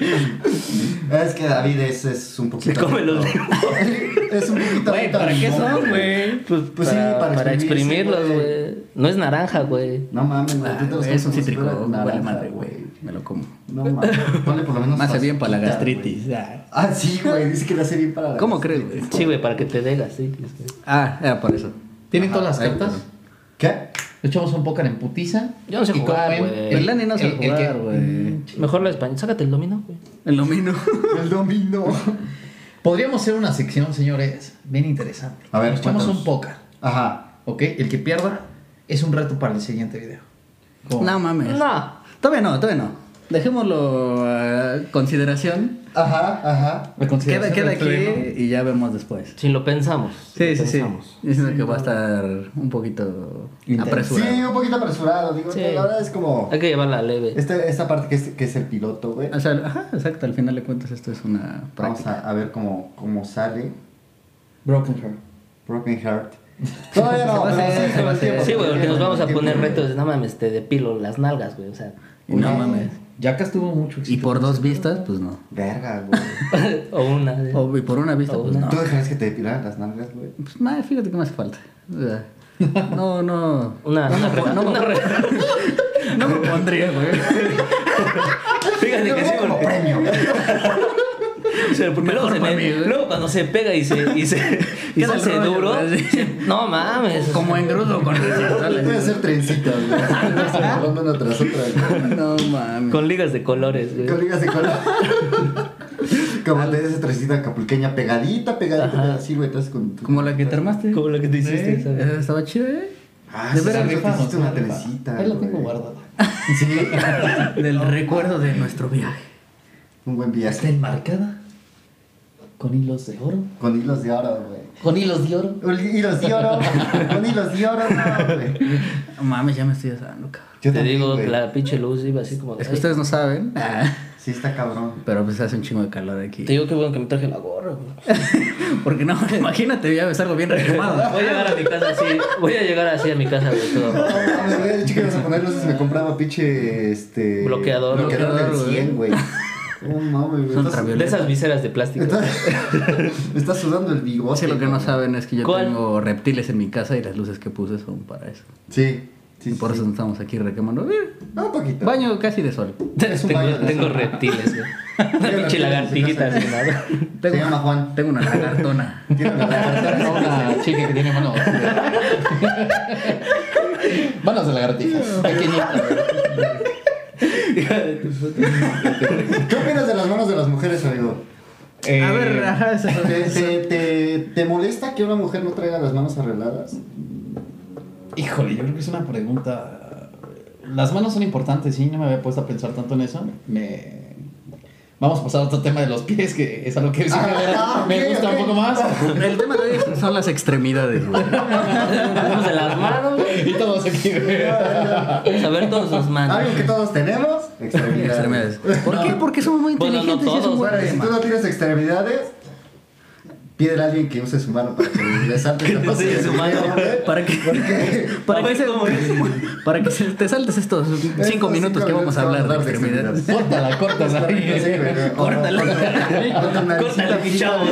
S2: Es que David es, es un poquito.
S3: Se come los
S2: Es un poquito.
S1: Güey, ¿para qué son, güey?
S3: Pues,
S2: Pues sí,
S3: para,
S2: para
S3: para
S2: exprimir, sí,
S3: exprimirlos,
S2: güey.
S3: güey. No es naranja, güey.
S2: No mames, güey. tú
S1: Ah,
S2: te los
S1: güey, es un
S2: comes como si
S1: cítrico,
S2: fuera naranja,
S1: huele madre, güey. Me lo como.
S2: No mames. Ponle por lo menos.
S1: Me hace bien para la
S2: azúcar,
S1: gastritis.
S2: güey.
S1: ah.
S2: Ah, sí, güey. Dice que le hace bien para la
S1: ¿Cómo
S2: gastritis.
S1: crees, güey?
S3: Sí, güey, para que te dé sí.
S1: Ah, era por eso.
S4: ¿Tienen todas las
S1: Ay,
S4: cartas?
S1: perdón.
S2: ¿Qué?
S4: Echamos un póker en putiza.
S3: Yo no sé
S4: Y
S3: jugar,
S4: comen.
S3: güey.
S1: El Lani no sabe
S4: que-
S1: jugar, güey.
S3: Mejor lo español. Sácate el dominó, güey.
S1: El domino.
S2: El domino.
S4: Podríamos hacer una sección, señores, bien interesante.
S2: A ver,
S4: Nos echamos
S2: cuéntanos.
S4: un póker,
S2: Ajá.
S4: ¿ok? El que pierda es un reto para el siguiente video. ¿Cómo?
S1: No mames.
S3: No.
S1: Todavía no, todavía no. Dejémoslo a consideración.
S2: Ajá, ajá.
S1: Queda,
S4: Reconsideración
S1: queda
S4: del pleno.
S1: aquí y ya vemos después.
S3: Si lo pensamos.
S1: Sí,
S3: lo
S1: sí, sí.
S3: pensamos.
S1: Diciendo que va a estar un poquito
S4: Intenso.
S2: Sí,
S1: apresurado.
S2: un poquito apresurado. Digo,
S3: Sí.
S2: la verdad es como.
S3: Hay que llevarla leve.
S2: Este, esta parte que es, que es el piloto, güey.
S1: O sea, ajá, exacto. Al final de cuentas, esto es una
S2: Vamos
S1: práctica.
S2: a, a ver cómo, cómo sale.
S4: Broken Heart.
S2: Broken Heart. Todavía no,
S1: Se va a
S2: pero
S1: hacer,
S2: sí,
S1: se va a
S2: con el tiempo,
S1: hacer.
S3: Sí,
S2: con
S3: güey,
S2: el
S3: porque nos
S2: tiempo,
S3: vamos a
S2: con el
S3: poner
S2: tiempo.
S3: retos. de, No mames, te depilo las nalgas, güey. O sea.
S1: Y no
S2: Una-
S1: mames.
S4: Yaka estuvo mucho
S1: Y
S4: exitoso.
S1: por dos vistas, pues no.
S2: Verga, güey.
S3: o una. sí.
S1: O, y por una vista,
S3: O
S1: pues
S3: una.
S1: no.
S2: ¿Tú dejarías que te depilaran las nalgas, güey?
S1: Pues madre, fíjate que me hace falta. O sea, No, no.
S3: Una,
S1: no,
S3: una,
S1: me
S3: re-
S1: pon- no,
S3: una
S1: me-
S3: re-
S1: no me pondría, güey.
S3: Fíjate que sí,
S2: Como
S3: porque-
S2: premio.
S3: o sea, porque luego,
S1: Mejor
S3: se
S1: para
S3: me-
S1: mí, güey.
S3: luego cuando se pega y se, y se, y
S1: Queda
S3: se
S1: el
S3: hace
S1: rollo,
S3: duro.
S1: güey, sí.
S3: se- No mames.
S1: Como engrudo con el
S2: Voy a hacer trencitas, güey. Hablando una tras otra. güey.
S1: No mames.
S3: Con ligas de colores, güey.
S2: Con ligas de color. Como te esa trencita acapulqueña pegadita, pegadita, así, güey. Estás con tu...
S1: Como la que te armaste.
S3: Como lo que te hiciste,
S1: Sí,
S3: ¿sabes?
S1: esa Estaba chido, ¿eh?
S2: Ah,
S1: De
S2: sí,
S1: veras,
S2: sí,
S4: Rifa,
S2: te
S4: nos
S2: hiciste una
S4: rifa.
S2: trencita,
S4: Ahí la tengo
S2: güey.
S4: guardada.
S2: Sí.
S1: Del recuerdo de nuestro viaje.
S2: Un buen
S4: Está
S2: viaje.
S4: enmarcada con hilos de oro.
S2: Con hilos de oro, güey.
S4: Con hilos de oro.
S2: Un- Hilos de oro. Con hilos de oro, no, güey.
S1: No mames, ya me estoy asando, cabrón.
S2: Yo
S3: te
S2: también,
S3: digo,
S2: güey.
S3: la pinche luz iba así como.
S1: Es que
S3: "Ay".
S1: ustedes no saben, ah,
S2: Sí, está cabrón.
S1: pero pues hace un chingo de calor aquí.
S3: Te digo que bueno que me traje la gorra, güey.
S1: Porque no, imagínate, ya ves algo bien reclamado.
S3: Voy a llegar a mi casa así. Voy a llegar así a mi casa, güey. todo.
S2: Ah, me hubiera dicho que ibas a poner luces, me compraba pinche este
S3: Bloqueador.
S2: bloqueador del
S1: Bloqueador,
S2: 100, güey. No mames, güey.
S1: Son
S2: Estás-
S1: ultravioleta.
S3: De esas viseras de plástico.
S2: estás- Me está sudando el bigote.
S1: Sí, lo que no
S2: güey.
S1: saben es que yo
S3: ¿Cuál?
S1: tengo reptiles en mi casa y las luces que puse son para eso.
S2: Sí, sí.
S1: Y por
S2: sí.
S1: eso estamos aquí requemando. Eh,
S2: Ah, un poquito.
S1: Baño casi de sol.
S2: Es un
S3: tengo,
S2: baño de
S3: tengo
S2: sol.
S3: reptiles, güey. Una pinche lagartijita así, ¿no?
S2: Se llama Juan.
S1: Tengo una lagartona.
S2: Tiene la
S4: No,
S2: lagartija.
S4: una chica que tiene manos. manos de lagartijas. Pequeñita.
S2: ¿Qué opinas de las manos de las mujeres, amigo?
S1: A
S4: Eh,
S1: ver, ajá, eso es-
S2: ¿Te, te, te, te molesta que una mujer no traiga las manos arregladas?
S4: Híjole, yo creo que es una pregunta eh, Las manos son importantes, sí, no me había puesto a pensar tanto en eso. Me... Vamos a pasar a otro tema de los pies, que es algo que sí me,
S2: Ah,
S4: me
S2: ok,
S4: gusta
S2: ok.
S4: un poco más.
S1: El tema de hoy son las extremidades, güey.
S3: Tenemos de las manos, güey.
S4: Y todos aquí.
S3: Saber todos sus manos.
S2: Algo que todos tenemos, extremidades.
S1: Extremidades. ¿Por qué? Porque somos muy
S3: Bueno, no
S1: inteligentes y es un
S3: todos,
S1: buen
S2: Bueno, y si
S1: tema.
S2: tú no tienes extremidades, pídele a alguien que use su mano para que le salte la ¿eh?
S3: enseñe
S2: pose
S3: su
S2: de
S3: mano.
S2: video, güey.
S1: Para que, para, que se- para que se- te saltes estos cinco
S2: Estos
S1: minutos que vamos a
S2: minutos
S1: hablar de
S2: de
S1: extremidades.
S4: Córtala, córtala.
S2: Córtala.
S3: Córtala, mi chavo.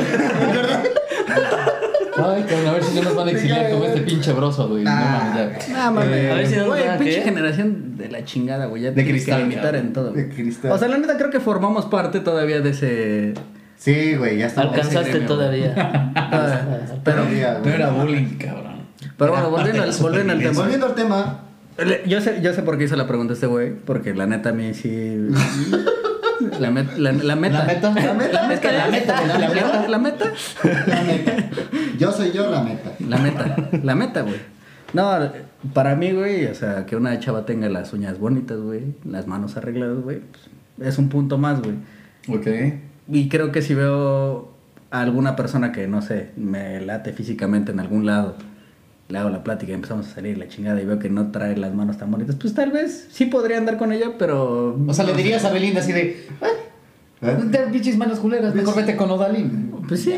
S4: Ay, cabrón, a ver si no nos van a exiliar con este pinche broso, güey. No
S2: Ah.
S4: mames, ya.
S1: Nada más,
S3: Eh, a ver si no nos
S1: güey,
S3: van a
S1: pinche
S3: creer.
S1: generación de la chingada, güey. Ya
S4: De
S1: tienes
S4: cristal,
S1: que limitar
S4: cabrón.
S1: en todo.
S2: De cristal.
S1: O sea, la neta creo que formamos parte todavía de ese.
S2: Sí, güey, ya estamos.
S3: Alcanzaste
S1: gremio, güey.
S3: todavía.
S1: pero,
S2: Todavía, güey.
S5: No era bullying, cabrón.
S1: ah, pero bueno, volviendo al, volviendo al tema.
S2: Volviendo al tema,
S1: Le- Yo sé, yo sé por qué hizo la pregunta este güey, porque la neta a mí sí. La, met- la, la meta.
S4: La meta.
S1: La meta.
S2: La meta,
S1: La meta.
S2: la
S1: La meta. La
S2: meta.
S1: meta.
S2: la meta. Yo soy yo la meta.
S1: La meta, la meta, güey. No, para mí, güey, o sea, que una chava tenga las uñas bonitas, güey, las manos arregladas, güey, pues, es un punto más, güey.
S4: Ok.
S1: Y creo que si veo a alguna persona que, no sé, me late físicamente en algún lado, le hago la plática y empezamos a salir la chingada y veo que no trae las manos tan bonitas, pues tal vez sí podría andar con ella, pero...
S4: O sea, le dirías a Belinda así de. "Ah,
S2: ¿Eh?
S4: Te pinches manos culeras, mejor vete con Odalín.
S1: Pues sí.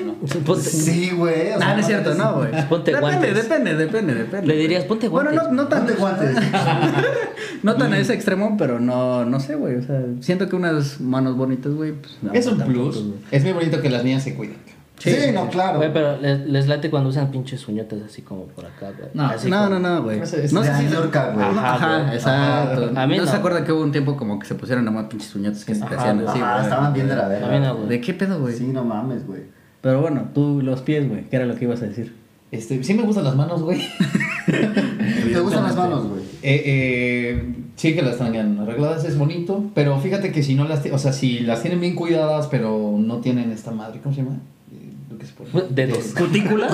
S3: Ponte-
S2: Sí, güey. o
S1: Ah,
S2: sea,
S1: no es cierto, no, güey.
S3: Ponte
S1: depende,
S3: guantes.
S1: depende, depende, depende.
S3: Le dirías, ponte
S1: Bueno,
S3: guantes.
S1: no, no tan...
S2: Ponte guantes.
S1: No tan a ese extremo, pero no, no sé, güey. O sea, siento que unas manos bonitas, güey, pues. no,
S4: Es un
S1: tampoco,
S4: plus.
S1: güey.
S4: Es muy bonito que las niñas se cuiden.
S2: Sí, no, claro.
S3: Güey, pero les, les late cuando usan pinches uñotas así como por acá, güey.
S4: No,
S3: Así
S1: No, no,
S3: como-
S1: no, güey. No
S4: Ese-
S1: sé
S4: ese
S1: si.
S2: de Alorca, güey.
S1: Ajá,
S3: Ajá, güey.
S1: exacto.
S3: Ajá. A mí
S1: ¿No, se
S3: no.
S1: acuerda que hubo un tiempo como que se pusieron a moda pinches uñotas que se te
S3: Ajá,
S1: hacían
S3: güey.
S1: así,
S2: Ah,
S1: güey?
S2: estaban bien de la
S3: También a
S2: verga.
S3: güey.
S1: ¿De qué pedo, güey?
S2: Sí, no mames, güey.
S1: Pero bueno, tú los pies, güey. ¿Qué era lo que ibas a decir?
S4: Este, sí me gustan las manos, güey.
S2: ¿Te gustan las manos, güey?
S4: Eh, eh, sí que las tengan arregladas es bonito, pero fíjate que si no las, ti- o sea, si las tienen bien cuidadas, pero no tienen esta madre, ¿cómo se llama? Eh, Lo que se pone. Este,
S3: Dedos. ¿Cutícula?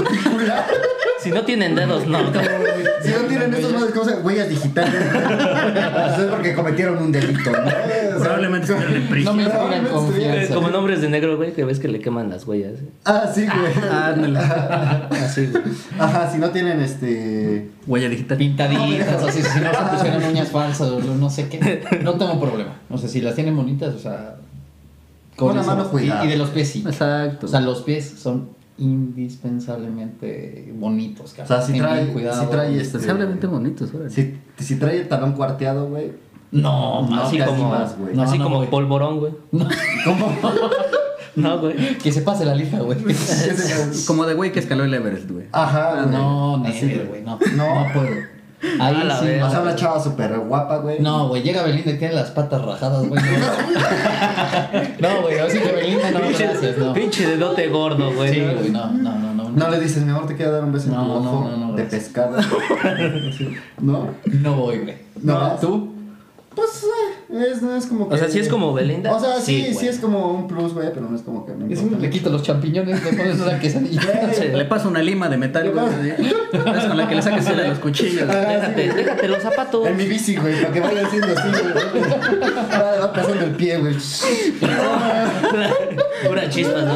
S3: si no tienen dedos, no.
S2: Si no tienen estos madres, ¿cómo se llama? Huellas digitales. Eso es porque cometieron un delito, ¿no? O sea,
S1: Probablemente estuvieron en
S4: No me
S1: prisión.
S4: inspiran
S3: Eh,
S4: confianza.
S3: Como nombres de negro, güey, que ves que le queman las huellas. ¿eh?
S2: Ah, sí, güey.
S1: Ándale.
S3: Así, güey.
S2: Ajá, si no tienen este.
S1: Huella digital.
S4: Pintaditas, así, si no se pusieron uñas falsas o no sé qué. No tengo problema. O sea, si las tienen bonitas, o sea.
S2: Con la
S4: eso
S2: mano
S4: basta.
S2: cuidada.
S4: y, y de los pies sí.
S1: Exacto.
S4: O sea, los pies son indispensablemente bonitos,
S2: O sea, si
S4: Ten
S2: trae-
S4: bien cuidado.
S2: si trae este-
S1: Sensiblemente bonitos, órale.
S2: Si, si trae el talón cuarteado, güey.
S4: No,
S2: No,
S4: más
S3: así
S2: casi
S3: como,
S2: más, güey.
S4: No,
S3: así
S4: no,
S3: como
S4: güey.
S3: polvorón, güey.
S2: ¿Cómo?
S3: No, güey.
S2: este
S4: Que se pase la lija, güey.
S1: Como de güey que escaló el Everest, güey.
S2: Ajá,
S3: Ah,
S2: güey.
S4: Ah, No,
S2: Así,
S4: never, güey, no.
S2: No.
S4: No puedo. Ahí
S3: A la
S4: sí.
S3: verga.
S2: O sea, una chava súper guapa, güey.
S4: No, güey, llega Belinda y tiene las patas rajadas, güey. No, No, güey, así que Belinda no, gracias, no. Sí,
S3: Pinche dedote gordo, güey. ¿no?
S4: güey, no, no, no, no.
S2: No le dices, mi amor, te quiero dar un beso en tu
S4: No, no,
S2: ojo
S4: no, no,
S2: de
S4: gracias.
S2: pescado. ¿No?
S4: No voy, güey.
S2: No.
S4: ¿Tú?
S2: Pues, eh, es, no es como que...
S3: O sea, sí es como Belinda.
S2: O sea, sí, sí,
S3: güey.
S2: es como un plus, güey, pero no es como que... me importa
S4: Es
S2: Eh,
S4: un- le
S2: mucho.
S4: quito los champiñones, le pones una quesadilla.
S1: Sí, Le paso una lima de metal, güey. así. Es con la que le sacas de los cuchillos.
S3: Déjate, déjate los zapatos.
S2: En mi bici, güey, para que vaya haciendo así, güey. Va, va pasando el pie, güey.
S3: Pura chispa, ¿no?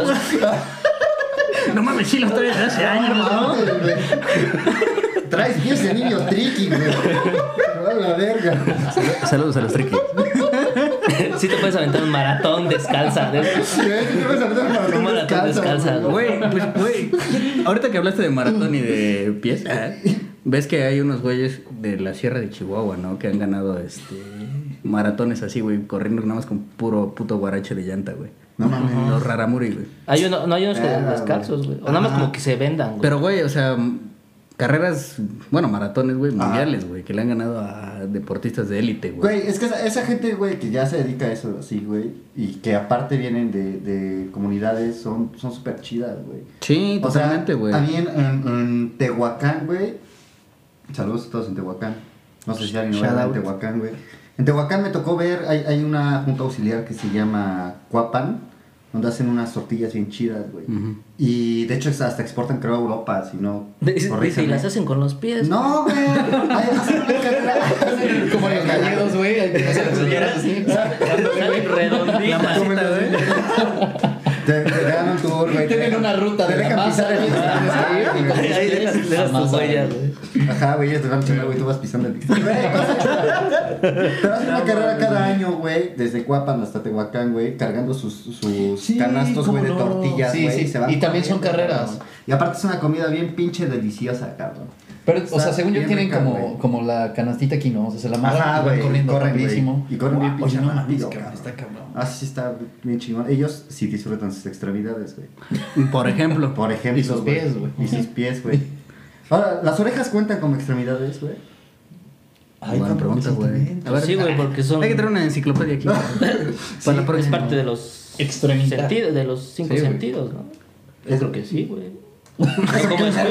S1: No mames, sí, los traes desde hace años, ¿no?
S2: Mames, güey. Traes pies de niño tricky, güey. A la verga.
S1: Saludos a los triquis.
S3: Sí te puedes aventar un maratón descalza. ¿no?
S2: Sí, te vas a meter un maratón
S3: Un maratón descalza,
S2: güey.
S1: Güey, pues, güey. Ahorita que hablaste de maratón y de pies,
S2: Ah.
S1: ves que hay unos güeyes de la Sierra de Chihuahua, ¿no? Que han ganado este maratones así, güey, corriendo nada más con puro puto guarache de llanta, güey.
S2: No mames.
S1: Los raramuri, güey.
S3: Hay uno, no hay unos que
S2: Verga,
S3: descalzos, güey. O
S2: Ajá.
S3: nada más como que se vendan, güey.
S1: Pero, güey, o sea, m- carreras, bueno, maratones, güey, mundiales, güey, que le han ganado a deportistas de élite, güey.
S2: Güey, es que esa, esa gente, güey, que ya se dedica a eso así, güey, y que aparte vienen de, de comunidades, son son súper chidas, güey.
S1: Sí,
S2: O sea,
S1: totalmente, güey.
S2: A mí en, en- en Tehuacán, güey. Saludos a todos en Tehuacán. No sé si alguien
S1: Shout
S2: va en
S1: out.
S2: Tehuacán, güey. En Tehuacán me tocó ver, hay, hay una junta auxiliar que se llama Cuapan, donde hacen unas tortillas bien chidas, güey.
S1: Ujú.
S2: Y de hecho es- hasta exportan, creo, a Europa, si no.
S3: Dice, y
S2: corríjanme.
S3: las hacen con los pies.
S2: No, güey. Ay, hacen una carrera.
S4: Como los gallegos, güey. hay que hacer las playeras así.
S3: Salen redonditas.
S2: Te, te dan un tour, güey.
S4: Tienen una ruta
S2: te
S4: de la
S2: dejan
S4: masa.
S2: pisar el
S4: güey.
S2: bistec, güey.
S3: Ahí dejas dejas tus
S4: Amasado.
S3: huellas, güey.
S2: Ajá, güey, ellos te van pisando, güey, tú vas pisando el bistec. Güey, Pero hacen una carrera cada año, güey, desde Cuapan hasta Tehuacán, güey, cargando sus, sus
S4: Sí,
S2: canastos, güey, de
S4: cómo no.
S2: tortillas,
S4: Sí,
S2: güey.
S4: sí,
S2: se van
S4: y también son
S2: comiendo,
S4: carreras.
S2: cabrón. Y aparte es una comida bien pinche deliciosa, cabrón.
S4: Pero, o sea,
S2: Está
S4: según yo
S2: bien
S4: tienen
S2: rica,
S4: como,
S2: güey.
S4: como la canastita aquí, ¿no? O sea, se la mandan
S2: Ajá,
S4: y van
S2: güey,
S4: corriendo
S2: corren, güey.
S4: rapidísimo.
S2: Y corren bien
S4: Guau,
S2: pinche
S4: Oye, no mames,
S2: rápido,
S4: cabrón,
S2: cabrón.
S4: está cabrón.
S2: Ah, sí, está bien chingón. Ellos sí disfrutan sus extremidades, güey.
S1: Por ejemplo.
S2: Por ejemplo,
S4: Y sus
S2: güey.
S4: pies, güey.
S2: Y sus pies, güey. Ahora, ¿las orejas cuentan como extremidades, güey?
S1: Buena
S5: también,
S1: pregunta, güey.
S5: también.
S1: A ver,
S3: Sí, güey, porque son-
S1: Hay que traer una enciclopedia aquí.
S3: Sí,
S1: Para la
S3: es
S1: próxima.
S3: parte de los
S4: Extremidad.
S3: sentidos, de los cinco
S4: Sí, güey.
S3: sentidos, ¿no? Yo creo que sí, güey. ¿Cómo escuchas?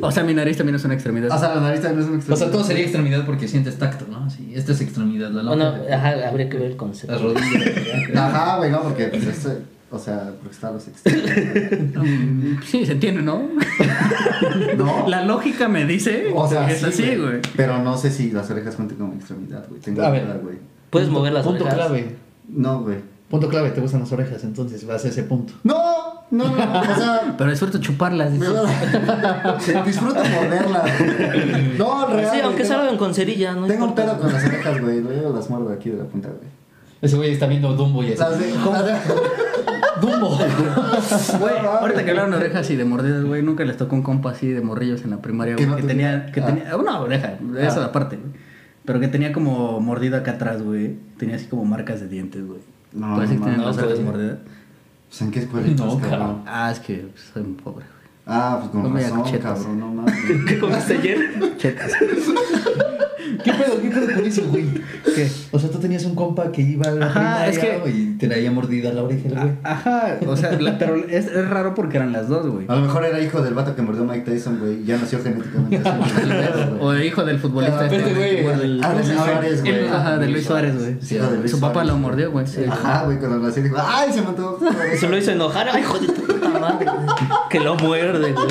S1: O sea, mi nariz también es una extremidad.
S2: O sea, la nariz también es una
S4: O
S2: extremidad.
S4: sea, todo sería extremidad porque sientes tacto, ¿no? Sí, esta es extremidad, la
S3: Bueno,
S4: lona.
S3: ajá, habría que ver el
S4: Las
S3: concepto.
S4: rodillas.
S2: Ajá, güey, no, porque pues, es, eh, o sea, porque están los extremos.
S1: Mm, sí, se entiende, ¿no?
S2: No.
S1: La lógica me dice
S2: O sea,
S1: que es
S2: sí,
S1: así, güey.
S2: Pero no sé si las orejas cuentan como extremidad, güey. Tengo
S4: A ver.
S2: duda, güey.
S3: Puedes mover las
S4: Punto
S3: orejas.
S4: clave.
S2: No, güey.
S5: Punto clave, te gustan las orejas, entonces vas a ese punto.
S2: No, no, no, no, o sea,
S1: Pero disfruto chuparlas.
S2: me
S1: dice.
S2: da- se disfruta morderlas. güey. No, real.
S3: Sí,
S2: güey,
S3: aunque
S2: tengo-
S3: salgan con cerilla, no
S2: Tengo un
S3: importa.
S2: pedo con las orejas, güey. Yo las muerdo aquí de la punta, güey.
S4: Ese güey está viendo Dumbo y así.
S2: Las de. las de-
S4: ¡Dumbo!
S2: Güey,
S1: Ahorita que hablaron de orejas y de mordidas, güey, nunca les tocó un compa así de morrillos en la primaria,
S2: Que
S1: güey,
S2: no
S1: que
S2: tuviera-
S1: tenía, que
S2: Ah.
S1: tenía una oreja, eso aparte, güey. Pero que tenía como mordido acá atrás, güey. Tenía así como marcas de dientes, güey.
S2: No,
S1: ¿Puedes decir
S2: no
S1: que tienen
S3: mames,
S1: las orejas
S3: güey.
S1: mordidas?
S2: Pues, ¿En qué escuela
S4: No,
S2: estás,
S4: cabrón.
S2: cabrón?
S1: Ah, es que soy un pobre, güey.
S2: Ah, pues con
S1: No me
S2: razón,
S1: acuchetas.
S2: cabrón, no mames.
S3: ¿Qué comiste ayer?
S1: Chetas.
S5: ¿Qué pedo, qué pedo con eso, güey?
S1: ¿Qué?
S5: O sea, tú tenías un compa que iba a la
S1: Ajá, es
S5: primaria,
S1: que- Ah,
S5: y te traía mordida la oreja, el güey.
S1: A- Ajá, o sea, la- pero es, es raro porque eran las dos, güey.
S2: A lo mejor era hijo del vato que mordió a Mike Tyson, güey. Ya nació genéticamente. así,
S1: O
S2: güey.
S1: el hijo del futbolista.
S2: Pero,
S1: este,
S4: este, güey,
S1: del-
S2: Ah, de Luis Suárez, güey.
S1: Ajá, de Luis Suárez, güey.
S2: Sí, hijo de Luis
S1: Su papá
S2: Suárez.
S1: lo mordió, güey.
S2: Ajá, güey, cuando nació dijo, ¡ay, se mató!
S3: Se lo hizo enojar, ay, hijo de tu puta madre. güey. Que lo muerde, güey.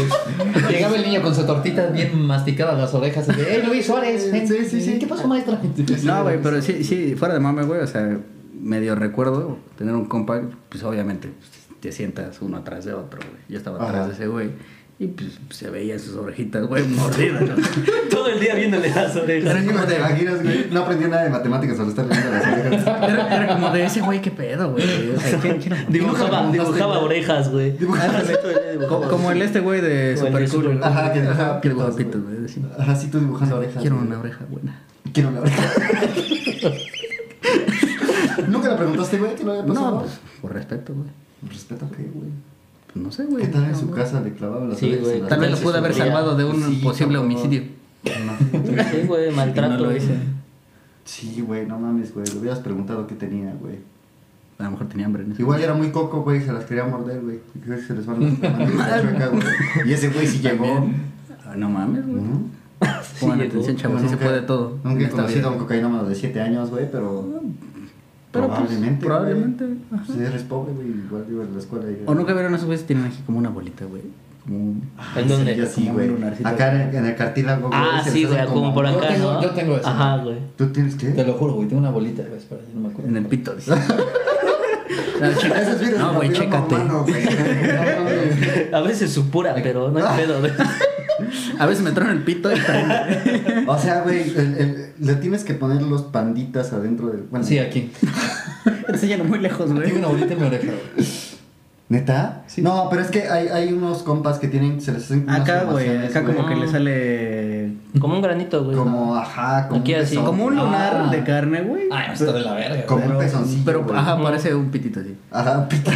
S4: Llegaba el niño con su tortita bien masticada las orejas. Así, ¡Eh, Luis Suárez! ven".
S2: Sí, sí, sí.
S4: ¿Qué pasó, maestra?
S1: No, güey, pero sí, sí, fuera de mame, güey, o sea, medio recuerdo tener un compa, pues obviamente pues, te sientas uno atrás de otro, güey. Yo estaba atrás
S2: Ajá.
S1: de ese güey y pues se veían sus orejitas, güey, mordidas. ¿no?
S3: Todo el día viéndole las orejas.
S2: Era como te imaginas, güey. No aprendió nada de matemáticas al estar leyendo las orejas.
S1: Era, era como de ese güey, qué pedo, güey. O sea, ¿quién- quién lo mordió?
S3: Dibujaba,
S2: Nunca le
S3: dibujaba
S2: preguntaste,
S3: orejas, güey.
S1: Co- Como el este güey de
S3: Como el de
S1: Super Cool.
S3: Super-
S1: güey.
S2: Ajá, que dibujaba
S1: que
S2: pitos,
S1: dibujaba pitos,
S2: güey.
S1: güey. sí.
S2: Ajá, sí, tú dibujando orejas.
S1: Quiero
S2: güey.
S1: una oreja buena.
S2: Quiero una oreja. Nunca le preguntaste, güey, que no había pasado.
S1: No, pues, por respeto, güey.
S2: Respeto, ¿qué, güey?
S1: Pues no sé,
S2: ¿Qué
S1: güey.
S2: tal en
S1: No,
S2: su
S1: no.
S2: casa le clavaban las
S3: Sí,
S2: orejas?
S3: güey.
S2: en la
S1: Tal vez
S2: noche?
S1: lo pude haber
S3: Sí,
S1: salvado de un
S2: sí,
S1: posible
S2: cabrón.
S1: homicidio.
S2: No.
S3: Sí, güey, maltrato.
S1: No lo hice.
S2: Sí, güey, no mames, güey. Le hubieras preguntado qué tenía, güey.
S1: A lo mejor tenía hambre. en ese
S2: Igual era muy coco, güey, se las quería morder, güey. Y creo que se les van a las manitas chuecas, güey. Y ese güey sí llegó.
S1: También. Ah, No mames, güey.
S2: Ujú.
S1: Pongan
S3: llegó.
S1: atención, chavos, sí
S2: Yo
S1: se
S2: nunca-
S1: puede todo. en
S2: Nunca he
S1: esta
S2: conocido a
S1: vida. Ah,
S2: un cocainómano de 7 años, güey, pero.
S1: pero pues,
S2: probablemente.
S1: probablemente,
S2: güey.
S1: ajá.
S2: Pues eres pobre, güey, igual iba a la escuela. y-
S1: O nunca vieron a esos güeyes que tienen aquí como una bolita, güey. Como un-
S3: ¿En
S2: Ah, Sí,
S3: dónde?
S2: ya sí,
S1: Como un
S2: güey.
S1: lunarcito.
S2: Acá en el, en el cartílago, güey.
S3: Ah,
S2: se
S3: sí,
S2: les
S3: güey,
S2: hace
S3: como por acá,
S4: tengo-
S3: ¿no?
S4: yo tengo eso.
S3: Ajá, güey.
S2: ¿Tú tienes
S5: Te
S2: qué?
S5: lo juro, güey, tengo una bolita, güey, espera, yo no me acuerdo.
S1: en el pito. dice. No, checa-
S2: Ese es virus
S1: No, güey,
S2: papiloma
S1: chécate.
S2: humano, güey. No, güey.
S3: A veces supura, pero no hay pedo, güey.
S1: A veces me traen el pito y prende.
S2: O sea, güey, el- el- le tienes que poner los panditas adentro del. Bueno,
S4: Sí, aquí.
S1: Enseñan muy lejos, güey.
S5: Tengo una bolita en mi oreja, güey.
S2: ¿Neta? No, pero es que hay, hay unos compas que tienen, se les hacen unas
S1: Acá, güey,
S2: formaciones,
S1: acá como
S3: güey.
S1: que le sale.
S3: Como un granito, güey.
S2: Como, ajá, como
S3: Aquí
S2: un
S3: así.
S2: pezón.
S1: Como un lunar
S4: Ah.
S1: de carne, güey.
S4: Ay, Ah, está de la verga.
S2: Como
S4: güey.
S2: un pezoncillo,
S1: Pero,
S2: güey.
S1: ajá, parece un pitito así.
S2: Ajá, pitito.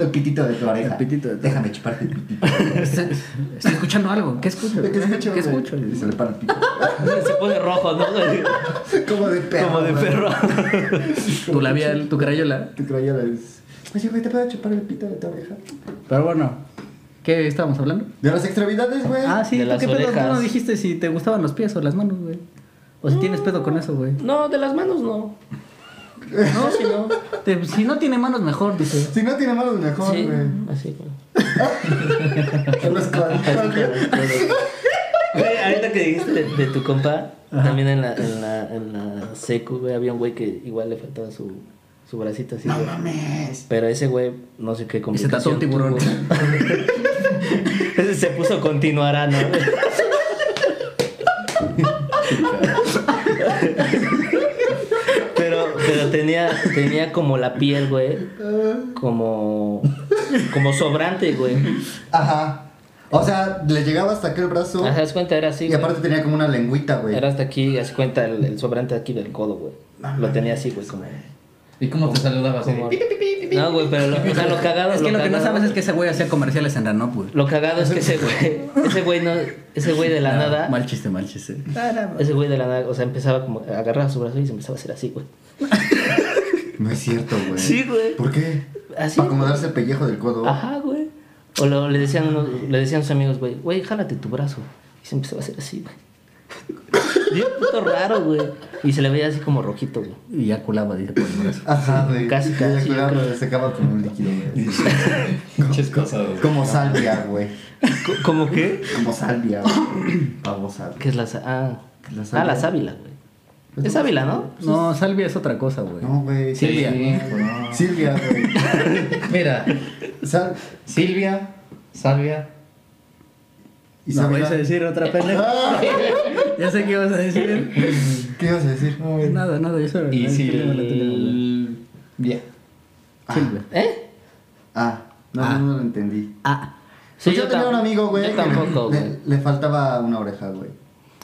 S2: el pitito de tu oreja.
S1: El pitito de tu
S2: Déjame chuparte el pitito.
S1: Está- Estoy escuchando algo. ¿Qué escucho?
S2: ¿Qué escucho?
S1: ¿Qué
S2: güey?
S1: escucho?
S2: Y se le para el pito.
S3: Se pone rojo, ¿no? güey?
S2: como de perro.
S3: Como de
S2: güey.
S3: perro.
S1: Tu labial, tu crayola.
S2: Tu crayola es... Oye, güey, ¿te puedo chupar el pito de tu oreja?
S1: Pero bueno, ¿qué estábamos hablando?
S2: De las extremidades, güey.
S1: Ah, sí,
S3: De
S1: ¿tú
S3: las
S1: qué pedo? Tú no
S3: orejas.
S1: dijiste si te gustaban los pies o las manos, güey. O si tienes pedo con eso, güey.
S3: No, de las manos no.
S1: No, si no. Te- si no tiene manos, mejor, dice.
S2: Si no tiene manos, mejor,
S3: Sí,
S2: güey.
S3: así, güey.
S2: Son los cuadritos, güey.
S3: Güey, ahorita que dijiste de, de tu compa, también en la, en la, en la secu, güey, había un güey que igual le faltaba su, su bracito así, güey. Pero ese güey, no sé qué
S1: Y se tatuó un tiburón.
S3: tuvo. Ese se puso continuará, ¿no? Pero, pero tenía, tenía como la piel, güey. Como. Como sobrante, güey.
S2: Ajá. O sea, le llegaba hasta aquel brazo.
S3: Ah, ¿Te das cuenta? Era así.
S2: y
S3: güey.
S2: aparte tenía como una lengüita, güey.
S3: Era hasta aquí, haz cuenta, el, el sobrante aquí del codo, güey. Lo tenía así, güey, como...
S5: ¿Y cómo te saludabas?
S3: como- No, güey, pero lo, o sea, lo cagado...
S1: Es que lo que no
S3: cagado-
S1: sabes es que ese güey hacía comerciales en Ranop, güey.
S3: Lo cagado es que ese güey, ese güey no, ese güey de la nada,
S1: Mal chiste, mal chiste.
S3: ese güey de la nada, o sea, empezaba como, agarraba su brazo y se empezaba a hacer así, güey.
S2: No es cierto, güey.
S3: Sí, güey.
S2: ¿Por qué?
S3: Así,
S2: Para acomodarse el pellejo del codo.
S3: Ajá, güey. O lo- le, decían unos- le decían a sus amigos, güey, güey, jálate tu brazo. Y se empezaba a hacer así, güey. Bien puto raro, güey. Y se le veía así como rojito, güey.
S1: Y ya culaba, dice, por el brazo.
S2: Ajá, güey.
S3: Casi,
S2: Ya
S3: casi,
S2: curaba,
S3: yo creo.
S2: Se acaba con un líquido, güey.
S5: Muchas cosas.
S2: Como salvia, güey.
S3: Co- ¿Cómo qué?
S2: Como salvia, güey. Pavo
S3: ¿Qué
S2: salvia.
S3: es la sa- ah,
S2: ¿Qué es la sábila?
S3: ah,
S2: Pues
S3: la sábila, güey. Es sábila, ¿no?
S1: No, Salvia es otra cosa, güey.
S2: No, güey.
S1: Silvia.
S2: Silvia, güey.
S4: Mira,
S2: Sal.
S4: Silvia, Salvia.
S2: ¿Y
S1: No,
S2: Sabina?
S1: vais a decir otra pendeja.
S2: Ah,
S1: Ya sé qué ibas a decir.
S2: ¿Qué ibas a decir?
S1: Nada, nada, yo solo.
S4: Y
S1: la tenemos, la tenemos, güey.
S4: Silvia.
S1: Silvia.
S3: ¿Eh?
S2: Ah, no,
S1: Ah.
S2: no lo entendí.
S1: Ah,
S3: Sí,
S2: pues yo,
S3: yo
S2: tenía
S3: tam-
S2: un amigo, güey.
S3: yo
S2: que
S3: tampoco,
S2: le,
S3: güey.
S2: le faltaba una oreja, güey.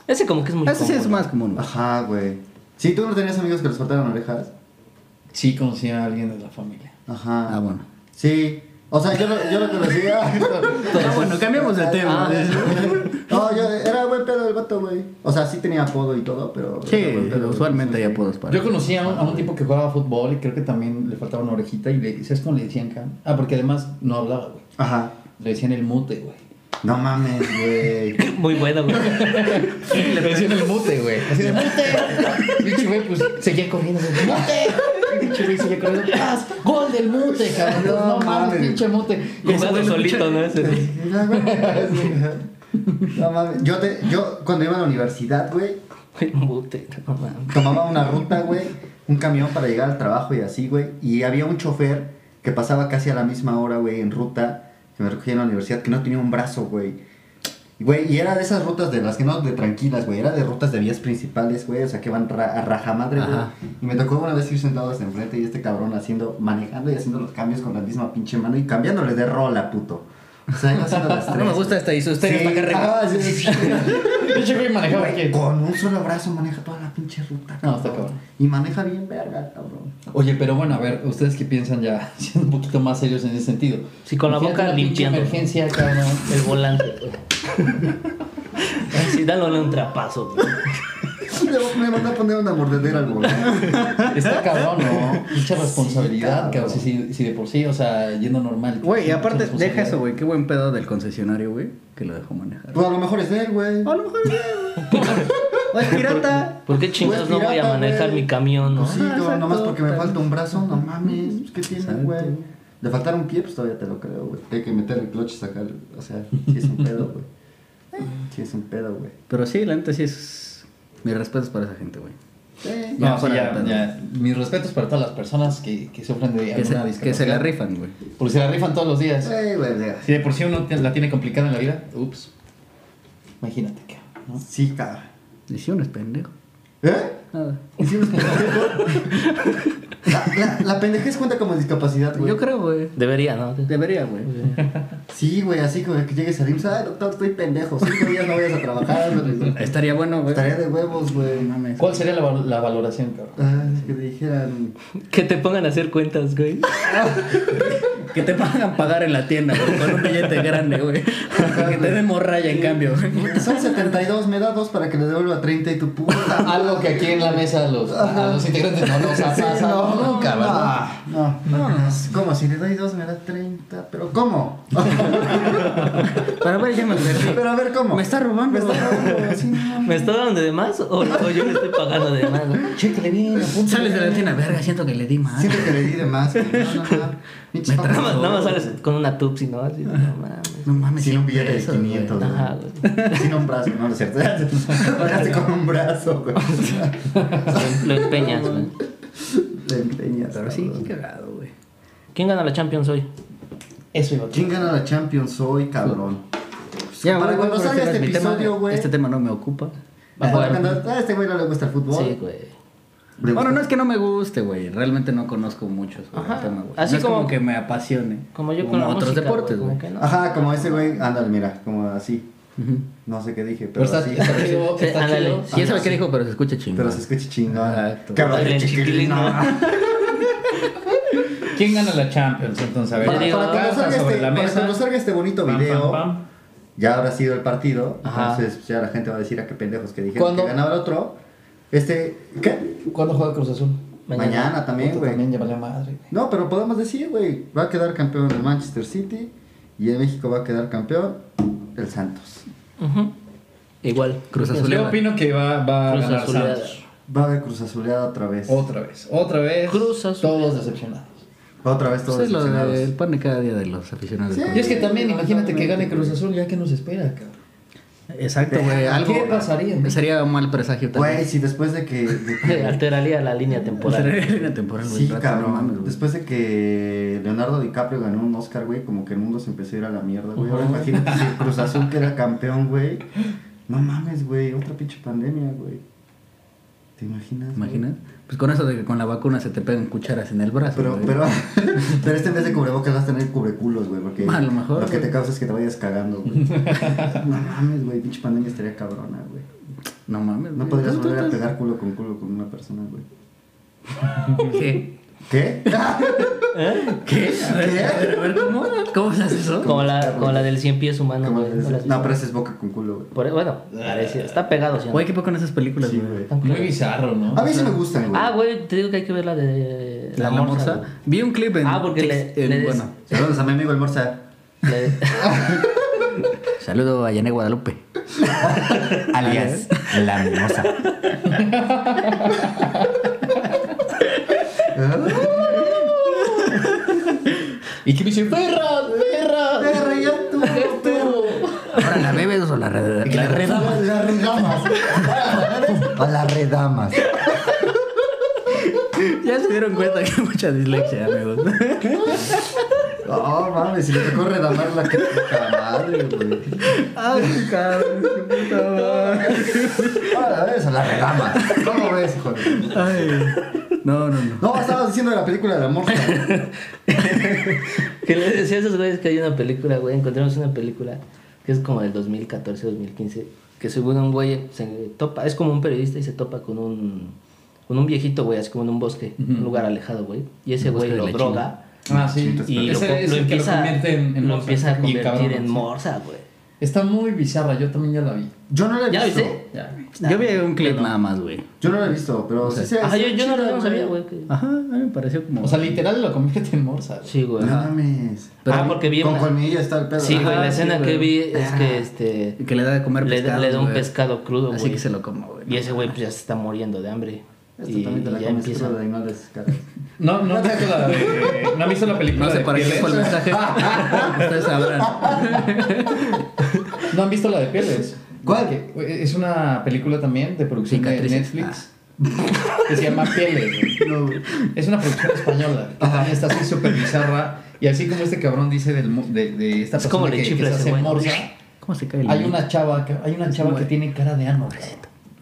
S3: Ese como que es muy
S1: ese sí es
S3: común,
S1: más común, güey.
S2: Ajá, güey. Si tú no tenías amigos que les faltaran orejas.
S4: Sí, conocí a alguien de la familia.
S2: Ajá.
S1: Ah, bueno.
S2: Sí. O sea, yo lo, yo lo conocía.
S1: Ah, bueno, cambiamos de tema.
S2: no, yo era buen pedo el vato, güey. O sea, sí tenía apodo y todo, pero.
S1: Sí,
S2: era buen pedo, güey.
S1: usualmente hay apodos para.
S4: Yo conocí a un, a un tipo que jugaba fútbol y creo que también le faltaba una orejita y le, ¿sabes cómo le decían Cam? Ah, porque además no hablaba, güey.
S2: Ajá.
S4: Le decían el mute, güey.
S2: No mames, güey.
S3: güey. Muy bueno, güey.
S4: Le decían el mute, güey. Así de mute. Bicho, güey, pues seguía corriendo. güey, Mute. Bicho, güey, seguía corriendo. ¡Pas! ¡Gol del mute, cabrón!
S2: No
S4: No, mames,
S2: mames.
S4: pinche mute. Y ese
S3: Jugando
S4: güey lo
S3: solito, ¿no? Ese sí.
S2: No mames. Yo, te, yo cuando iba a la universidad, güey,
S3: Güey, mute, no mames.
S2: tomaba una ruta, güey, un camión para llegar al trabajo y así, güey. Y había un chofer que pasaba casi a la misma hora, güey, en ruta, que me recogía en la universidad, que no tenía un brazo, güey. Güey, y era de esas rutas de las que no de tranquilas, güey, era de rutas de vías principales, güey, o sea, que van ra- a rajamadre, güey.
S1: Ajá.
S2: Y me tocó una vez ir sentado hasta enfrente y este cabrón haciendo, manejando y haciendo los cambios con la misma pinche mano y cambiándole de rola, puto. O sea, iba haciendo las tres.
S1: No me
S2: güey.
S1: gusta esta hizo usted
S2: Sí,
S1: para acá arriba.
S2: ah, sí, sí, sí.
S4: solito. Bicho, güey, manejaba
S2: Güey,
S4: aquí.
S2: con un solo brazo maneja toda la pinche ruta.
S4: No, está cabrón.
S2: Y maneja bien verga, cabrón.
S4: Oye, pero bueno, a ver, ustedes que piensan ya, siendo un poquito más serios en ese sentido.
S3: Sí, con la
S4: Imagínate
S3: boca
S4: una pinche
S3: limpiando.
S4: emergencia, cabrón.
S3: El volante, güey. Sí, dale un trapazo, güey.
S2: Le- Me mandó a poner una mordedera al volante.
S4: Está cabrón, ¿no? Mucha responsabilidad,
S2: cabrón.
S4: cabrón. Si, si- si de por sí, o sea, yendo normal.
S1: Güey, y
S4: mucha
S1: aparte, deja
S4: responsabilidad.
S1: eso, güey. Qué buen pedo del concesionario, güey, que lo dejó manejar.
S2: Pues a lo mejor es él, güey.
S1: A lo mejor es él, güey. O es pirata.
S3: ¿Por qué chingados no voy a
S2: Pues pirata,
S3: manejar
S2: güey.
S3: mi camión, no?
S2: Pues sí,
S4: Ah,
S2: yo,
S1: Ajá,
S2: nomás
S1: exacto.
S2: porque me falta un brazo, no mames. pues, ¿Qué tiene,
S1: Exacto.
S2: güey? Le faltaron un pie, pues todavía te lo creo, güey. Hay que meter el clutch y sacar. O sea, sí es un pedo, güey. Eh, Sí es un pedo, güey.
S1: Pero sí, la neta sí es. Mis respetos para esa gente, güey.
S2: Sí.
S1: Ya,
S4: No, sí,
S1: fuera de
S4: ya,
S1: pedo.
S4: ya. Mis respetos para todas las personas que, que sufren de
S1: Que se, que
S4: alguna
S1: se la
S4: discapacidad.
S1: rifan, güey.
S4: Porque se la rifan todos los días.
S2: Sí, Eh, güey, ya.
S4: Si de por sí uno te- la tiene complicada en la vida, ups. Imagínate, cabrón. ¿no?
S2: Sí, cabrón.
S1: Y si uno es pendejo.
S2: ¿Eh?
S1: Nada.
S2: La, la, la pendejez cuenta como discapacidad, güey.
S1: Yo creo, güey.
S3: Debería, ¿no?
S1: Debería, güey.
S4: Pues
S2: Sí, güey, así como que llegues a IMSS, ay, doctor, estoy pendejo, cinco días no vayas a trabajar, güey.
S1: Estaría bueno, güey.
S2: Estaría de huevos, güey.
S1: Mames.
S4: ¿Cuál sería la, val- la valoración, cabrón?
S2: Ay, que te dijeran.
S3: Que te pongan a hacer cuentas, güey.
S1: Que te pagan pagar en la tienda, güey, con un billete grande, güey. que te den morralla en cambio, güey.
S2: Son 72, me da dos para que le devuelva 30 y tu puta.
S4: Algo que aquí en la mesa a los, a los integrantes no nos ha pasado nunca, ¿verdad?
S2: Ah, No, no, no. ¿Cómo? Si le doy dos me da 30, pero ¿cómo?
S1: Pero a ver, ya me advertí.
S2: Pero a ver cómo.
S1: Me está robando.
S3: ¿Me está dando de más o, o yo le estoy pagando de más?
S5: Chéquele bien, apúntale.
S1: Sales de la tienda, verga, siento que le di más.
S2: Siempre que le di de más. güey. No, no, no.
S1: Me
S2: Pinche
S3: Nada más,
S2: pato.
S3: nada más sales con una tupsi, ¿no? Así, no mames.
S1: No mames.
S2: Sin un billete de
S1: pesos, güey.
S2: 500. güey.
S3: Ajá,
S2: Sin un brazo, no, no es cierto. Pagaste con un brazo, güey.
S3: Lo empeñas, güey.
S2: Te empeñas.
S1: Pero sí,
S2: cabrón.
S1: qué cagado, güey.
S3: ¿Quién gana la Champions hoy?
S5: Eso iba a
S2: ¿Quién gana la Champions hoy, cabrón?
S1: Ya,
S2: Para
S1: güey,
S2: cuando
S1: pero
S2: salga
S1: este no
S2: este
S1: es mi tema,
S2: episodio, güey.
S1: Este tema no me ocupa.
S2: Va a
S3: Ah,
S2: jugar
S3: bueno.
S2: cuando- ah, este güey no le gusta el fútbol.
S3: Sí, güey.
S2: Le gusta-
S1: Bueno, no es que no me guste, güey. Realmente no conozco mucho sobre
S3: Ajá.
S1: el tema, güey.
S3: Así
S1: no es como,
S3: como-
S1: que me apasione.
S3: Como yo con la
S1: otros
S3: música,
S1: deportes, güey.
S3: como que no.
S2: Ajá, como ese güey, ándale, mira, como así. No sé qué dije, pero,
S4: Pero está,
S2: así.
S4: está chido,
S3: Sí,
S4: está
S3: ándale.
S4: chido.
S1: Sí, ya sabes qué dijo, pero se escucha chingón.
S2: Pero se escucha chingón.
S1: Exacto.
S2: Cabrón,
S3: El
S2: chiquilino.
S3: chiquilino.
S4: ¿Quién gana la Champions? Entonces, a ver,
S2: Para, para
S3: digo,
S2: cuando
S4: cartas
S2: salga
S4: sobre
S2: este,
S4: la
S2: para
S4: mesa.
S2: cuando salga este bonito
S4: Pam, pam,
S2: video,
S4: pam.
S2: ya habrá sido el partido.
S3: Ajá.
S2: Entonces, pues, ya la gente va a decir a qué pendejos que dijeron
S4: ¿Cuándo?
S2: que ganaba el otro. Este, ¿qué?
S5: ¿Cuándo juega Cruz Azul?
S2: Mañana,
S3: Mañana.
S2: también,
S5: Puta,
S2: güey.
S5: También ya valió madre, güey.
S2: No, pero podemos decir, güey, va a quedar campeón el Manchester City y en México va a quedar campeón el Santos.
S3: Ujú. Igual.
S1: Cruz Azul.
S4: Pues Yo opino que va, va a
S3: Cruz
S4: ganar
S3: Azul.
S4: Santos.
S2: Va a haber Cruz Azuleada otra vez.
S4: Otra vez, otra vez.
S3: Cruz Azul.
S4: Todos decepcionados.
S2: Otra vez todos
S1: Pues es lo
S2: decepcionados.
S1: del pan de cada día de los aficionados.
S2: Sí.
S5: Y
S1: güey.
S5: es que también,
S2: Sí,
S5: imagínate que gane
S2: totalmente,
S5: Cruz
S2: güey.
S5: Azul, ya que nos espera, cabrón.
S1: Exacto, güey.
S5: ¿Qué
S1: Algo
S5: pasaría, güey?
S1: Sería un mal presagio también.
S2: Güey, si después de que... de que-
S3: Alteraría la línea temporal.
S1: Sería una temporada, güey.
S2: sí,
S1: rato,
S2: cabrón.
S1: no mames, güey.
S2: después de que Leonardo DiCaprio ganó un Oscar, güey, como que el mundo se empezó a ir a la mierda, güey. Ahora imagínate si el Cruz Azul que era campeón, güey. No mames, güey, otra pinche pandemia, güey. ¿Te imaginas?
S1: ¿Te
S2: güey?
S1: imaginas? Pues con eso de que con la vacuna se te pegan cucharas en el brazo.
S2: Pero,
S1: güey.
S2: pero, pero este en vez de cubrebocas vas a tener cubreculos, güey, porque
S1: A lo mejor,
S2: que
S1: güey.
S2: te causa es que te vayas cagando, güey. no mames, güey, pinche pandemia estaría cabrona, güey.
S1: No mames.
S2: No
S1: güey.
S2: podrías
S1: Tú- tú-
S2: volver a
S1: tú-
S2: pegar culo con culo con una persona, güey.
S1: ¿Qué? ¿Qué?
S2: ¿Qué?
S1: ¿Eh? A ver,
S2: ¿Qué?
S1: a ver, a ver, ¿cómo? ¿Cómo se hace eso?
S3: Como la, como la del 100 pies humano.
S2: ¿Cómo
S3: güey,
S2: le dices?
S3: ¿no la has
S2: No,
S3: visto?
S2: pero ese es boca con culo, güey.
S3: Por- e, bueno, parece- está pegado, ¿sí? o no?
S1: Güey, ¿qué poco en esas películas,
S2: Sí,
S1: güey?
S2: güey.
S3: Está
S4: Muy
S3: pegado.
S4: bizarro, ¿no?
S2: A mí sí me gustan, güey.
S3: Ah, güey, te digo que hay que ver la de...
S1: La, la morsa.
S3: güey.
S1: Vi un clip en.
S3: Ah, porque le-
S1: en-
S3: le des-
S1: Bueno,
S2: Saludos a mi amigo el Morsa.
S3: La de-
S1: saludo a Yané Guadalupe.
S2: Alias, la mimosa.
S4: ¿Y qué me dice? ¡Perra! ¡Perra!
S2: Te reía tú, perro.
S1: Ahora la bebes o la red. La red.
S2: Las redamas. A las redamas.
S1: Ya se dieron cuenta que hay mucha dislexia, amigos.
S2: No, mames, si le tocó redamar la que puta madre, güey.
S1: Ay, cabrón, qué puta madre.
S2: Ahora ves a la redama. ¿Cómo ves, hijo de-
S1: Ay. No, no, no.
S2: No, estabas diciendo de la película de la morsa. güey.
S3: que les decía a esos güeyes que hay una película, güey, encontramos una película que es como del 2014, 2015, que según un güey se topa, es como un periodista y se topa con un, con un viejito, güey, así como en un bosque, un lugar alejado, güey, y ese
S1: Un bosque
S3: güey
S1: de
S3: lo
S1: la
S3: droga
S4: Ah, sí.
S3: y lo,
S4: Ese
S3: co-
S4: es
S3: lo
S4: el que
S3: empieza,
S4: convierte en- en
S3: lo
S4: morsa.
S3: empieza a
S4: Y
S3: convertir
S4: cabrón,
S3: en
S4: sí.
S3: morsa, güey.
S4: Está muy bizarra, yo también ya la vi.
S2: Yo no la he
S3: ¿Ya lo
S2: visto.
S3: viste?
S4: Ya.
S1: Yo vi un clip nada más, güey.
S2: Yo no la he visto, pero sí se
S3: Ajá,
S2: se-
S3: yo, yo no,
S2: chida,
S3: no sabía, güey. que-
S1: Ajá, a mí me pareció como.
S4: O sea, literal lo convierte en morsa. güey.
S3: Sí, güey.
S2: No mames.
S3: Pero Ah, vi- porque vi
S2: Con Ah,
S3: una-
S2: colmillo está el pedo.
S3: Sí,
S2: Ajá.
S3: güey, la escena
S1: Ah, sí,
S3: que vi
S1: güey.
S3: es que este...
S1: que le da de comer
S3: le,
S1: pescado.
S3: le da un
S1: güey.
S3: pescado crudo, güey.
S1: Así que se lo coma, güey.
S3: Y ese güey pues, ya se está muriendo de hambre.
S2: Esto
S3: Y,
S2: también te la
S3: y ya
S2: comes
S3: empieza.
S2: cruda y no les caras.
S4: No, no has visto la de. No has visto la película
S1: No sé
S4: de
S1: para qué
S4: pieles.
S1: fue el mensaje. Ustedes sabrán.
S4: No han visto la de pieles.
S2: ¿Cuál?
S4: Que- eh, Es una película también de producción de
S1: Cicatrices.
S4: Netflix. Que se llama Pieles. güey.
S2: No, güey.
S4: Es una producción española. que también está así súper bizarra. Y así como este cabrón dice del, mu- de, de esta
S3: Es
S4: persona
S3: como le
S4: que, que
S3: chifla
S4: se
S3: ese
S4: hace
S3: güey.
S4: morsa.
S1: ¿Cómo se cae el
S4: Hay
S1: niño?
S4: una chava, que- hay una chava que tiene cara de ano. güey.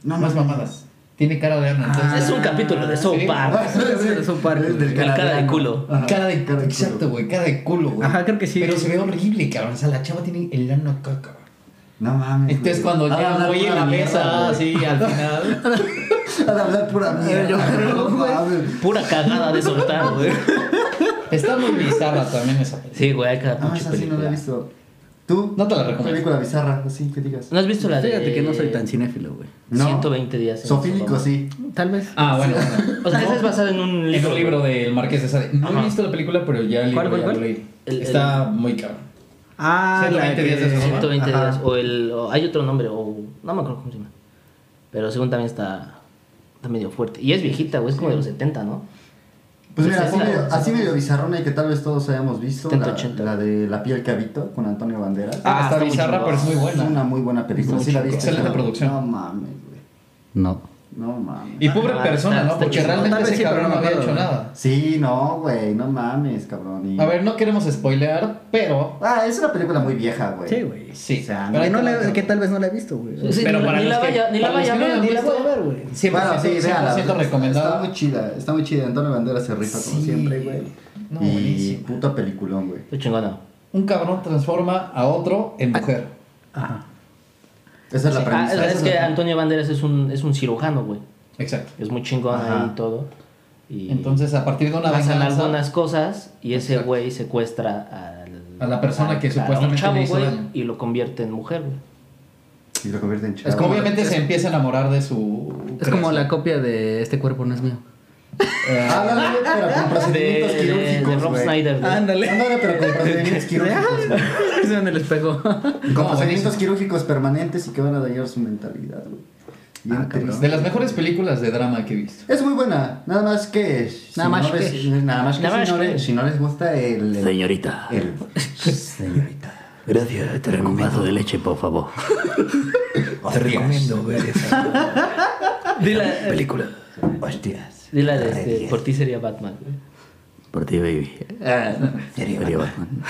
S2: No
S4: Más
S2: mames.
S4: mamadas. Tiene cara de ano. Entonces,
S3: Es un capítulo de South
S4: Sí.
S3: Park.
S1: Es un parque,
S2: Es del
S1: güey.
S3: La cara de
S2: canadiano.
S3: culo.
S2: Ajá.
S4: Cara
S2: Cara de
S4: de
S2: culo.
S4: Exacto, güey. Cara de culo, güey.
S1: Ajá, creo que sí.
S4: Pero se ve horrible, cabrón. O sea, la chava tiene el ano acá, cabrón.
S2: No mames. güey.
S4: Entonces, cuando
S2: Ha de
S4: llega
S2: hablar
S4: güey en
S2: pura
S4: la mesa,
S2: mierda,
S4: así al final.
S2: güey. Ha de hablar pura mierda. No mames.
S3: Pura cagada de soltar, güey.
S4: Está muy bizarra también esa película.
S3: Sí, güey, hay cada
S2: No,
S1: Ah,
S3: pinche
S2: Ah, esa sí no la he
S3: película.
S2: visto. ¿Tú?
S4: No te la recomiendo.
S2: Película bizarra, así que digas.
S3: ¿No has visto la de...?
S1: Fíjate que no soy tan cinéfilo, güey.
S2: No.
S3: 120 días. en
S2: Sofílico,
S3: Sodoma.
S2: sí.
S1: Tal vez.
S4: Ah, bueno.
S3: O sea, esa es basada en un
S4: Es
S3: libro.
S4: un libro del Marqués de Sade. No he
S2: Ajá.
S4: visto la película, pero ya el
S1: ¿Cuál,
S4: libro
S1: cuál,
S4: ya
S1: cuál?
S4: lo leí.
S3: El-
S4: Está muy cabrón.
S1: Ah, la
S4: 120 días de Ah,
S1: que-
S4: Ajá. soledad.
S3: 120
S2: Ajá.
S3: días. O el. o hay otro nombre, o. No me acuerdo cómo se llama. Pero según también está. Está medio fuerte. Y es viejita, güey. Es como de los 70, ¿no?
S2: Pues mira,
S3: Sí,
S2: así
S3: sí,
S2: medio,
S3: sí.
S2: así medio bizarrona y que tal vez todos hayamos visto, la,
S3: 70-80.
S2: la de La piel que habito con Antonio Banderas.
S4: Ah, está
S3: está muy
S4: bizarra,
S3: chingón.
S4: pero es muy
S2: Es una
S4: buena.
S2: muy buena película.
S3: Muy
S2: sí la
S3: chingón.
S2: viste.
S4: Excelente
S2: ¿no?
S4: producción.
S2: No mames, güey.
S1: No.
S2: No mames.
S4: Y pobre
S3: Ah,
S4: persona,
S3: está-
S4: ¿no?
S3: está
S4: Porque
S3: chido.
S1: Tal
S4: realmente
S1: vez
S4: ese
S1: sí, pero
S4: cabrón no
S1: no me
S4: había hecho
S1: acuerdo,
S4: nada.
S2: Sí, no, güey, no mames, cabrón. y-
S4: A ver, no queremos spoilear, pero
S2: Ah, es una película muy vieja, güey.
S1: Sí, güey.
S4: sí.
S2: O sea,
S4: Pero
S1: Que,
S4: ahí
S1: no
S4: está
S1: la-
S4: la-
S1: que tal vez no la he visto, güey.
S3: Sí, sí,
S4: Pero
S3: ni,
S4: para
S3: ni
S4: los
S3: la
S4: que-
S3: vaya, ni la
S4: para los
S3: vaya a
S4: que no la
S3: ver,
S4: han
S3: ni la
S4: visto,
S3: voy a ver, güey.
S4: Siempre
S2: Bueno, sí, véala.
S4: siento
S2: está- Está
S4: recomendado.
S2: muy chida, está muy chida. Antonio Banderas se rifa como
S4: Sí.
S2: siempre, güey.
S4: No,
S2: y
S4: buenísima.
S2: puta peliculón, güey.
S3: Qué Pues chingona.
S4: Un cabrón transforma a otro en mujer.
S1: Ajá.
S2: Esa es la
S3: Sí. Ah,
S2: premisa.
S3: es que Antonio Banderas es un, es un cirujano, güey.
S4: Exacto.
S3: Es muy chingón
S2: Ajá.
S3: ahí y todo. Y
S4: Entonces, a partir de una
S3: pasan
S4: venganza,
S3: algunas cosas y ese
S4: Exacto.
S3: güey secuestra al,
S4: A la persona que
S3: a un
S4: supuestamente
S3: chavo,
S4: le hizo
S3: güey,
S4: daño.
S3: y lo convierte en mujer, güey.
S2: Y lo convierte en chavo.
S4: es como- obviamente se empieza a enamorar de su...
S1: Es como la copia de Este cuerpo no es mío.
S4: Eh,
S2: Ándale, pero con
S3: De,
S2: procedimientos
S3: de,
S2: quirúrgicos,
S3: de Rob
S2: güey.
S3: Snyder, güey.
S2: Ándale, pero con procedimientos quirúrgicos, güey.
S1: Eso en el espejo.
S2: Con
S4: No, buenísimo.
S2: procedimientos quirúrgicos permanentes y que van a dañar su mentalidad, güey. Bien triste.
S4: de las mejores películas de drama que he visto.
S2: Es muy buena, nada más que. si
S1: Nada más
S2: no les-
S1: que.
S2: Nada más que.
S3: Nada
S2: si,
S3: más
S2: no le-
S3: que.
S2: si no les gusta el. el-
S6: Señorita,
S2: el- Señorita.
S6: gracias. Te recomiendo un vaso de leche, por favor.
S5: Te recomiendo ver esa
S3: Dila,
S5: película.
S6: Hostias.
S3: dila de este, por ti sería Batman, güey.
S6: Por ti, baby. Sería Batman.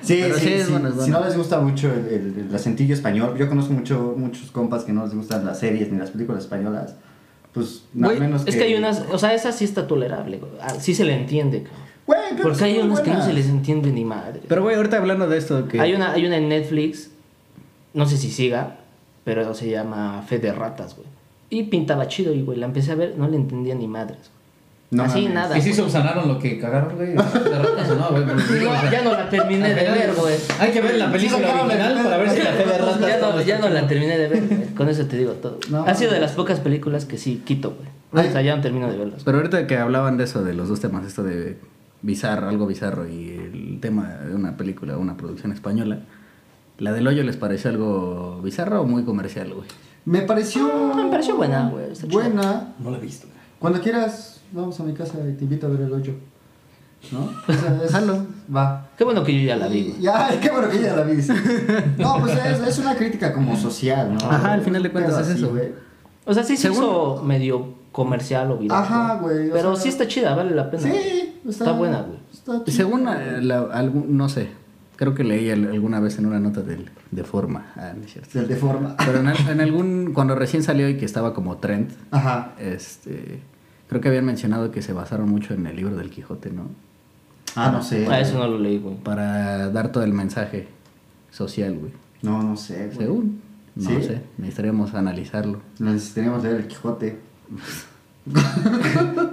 S2: Sí,
S1: Pero
S2: sí,
S1: sí, es
S2: sí.
S1: bueno, es
S2: Si
S1: bueno.
S2: no les gusta mucho el, el- el acentillo español, yo conozco mucho, muchos compas que no les gustan las series ni las películas españolas. Pues nada
S3: Güey,
S2: menos
S3: es que hay unas, o sea, esa sí está tolerable, güey. Ah, sí se le entiende, cabrón.
S2: Güey, pero
S3: Porque
S2: son
S3: hay
S2: muy
S3: unas que no
S2: buenas.
S3: se les entiende ni madre.
S1: Pero, güey, ahorita hablando de esto, que.
S3: Hay una, hay una en Netflix, no sé si siga, pero se llama Fe de Ratas, güey. Y pintaba chido, y güey, la empecé a ver, no le entendía ni madres.
S2: No
S3: No, Así
S2: mames.
S3: nada.
S4: Y sí
S3: güey.
S4: subsanaron lo que cagaron, güey. De ratas, ¿no? Güey, pues,
S3: No,
S4: o sea,
S3: ya no la terminé de eh. ver, güey.
S4: Hay que ver la
S2: Sí,
S4: película
S2: sacaron
S4: original
S2: el-
S4: para ver si la fe de ratas...
S3: Ya no,
S4: todo
S3: ya
S4: está
S3: no la
S4: chido.
S3: terminé de ver, güey. Con eso te digo todo.
S2: No,
S3: ha sido de
S2: mames.
S3: las pocas películas que sí quito, güey. O sea, ya no termino de verlas.
S1: Pero ahorita que hablaban de eso, de los dos temas, esto de bizarro, algo bizarro y el tema de una película, una producción española, ¿la del hoyo les pareció algo bizarro o muy comercial, güey?
S2: Me pareció.
S3: Ah, me pareció buena, güey, está chida.
S2: Buena.
S5: No la he visto. güey.
S2: Cuando quieras, vamos a mi casa y te invito a ver el hoyo. ¿No? Esa es- Va.
S3: Qué bueno que yo ya la vi, güey.
S2: Ya, qué bueno que ya la vi. No, pues es, es una crítica como social, ¿no?
S1: Ajá, al final de cuentas
S2: Pero
S1: es
S2: así,
S1: eso.
S2: güey.
S3: O sea, sí se
S1: Según-
S3: hizo medio comercial o viral.
S2: Ajá, güey, o
S3: Pero
S2: sea-
S3: sí está chida, vale la pena.
S2: Sí,
S3: güey. está, buena, güey.
S2: está chida.
S1: Según eh, la- algún- no sé, creo que leí al- alguna vez en una nota del, de forma, ah, no es cierto.
S2: Del de forma.
S1: Pero en, al- en algún, cuando recién salió y que estaba como trend,
S2: Ajá.
S1: este, creo que habían mencionado que se basaron mucho en el libro del Quijote, ¿no?
S2: Ah, no sé.
S3: Ah, eso no lo leí, güey.
S1: Para dar todo el mensaje social, güey.
S2: No, no sé, güey.
S1: Según. No
S2: ¿Sí?
S1: sé, necesitaríamos analizarlo.
S2: Necesitaríamos leer el Quijote.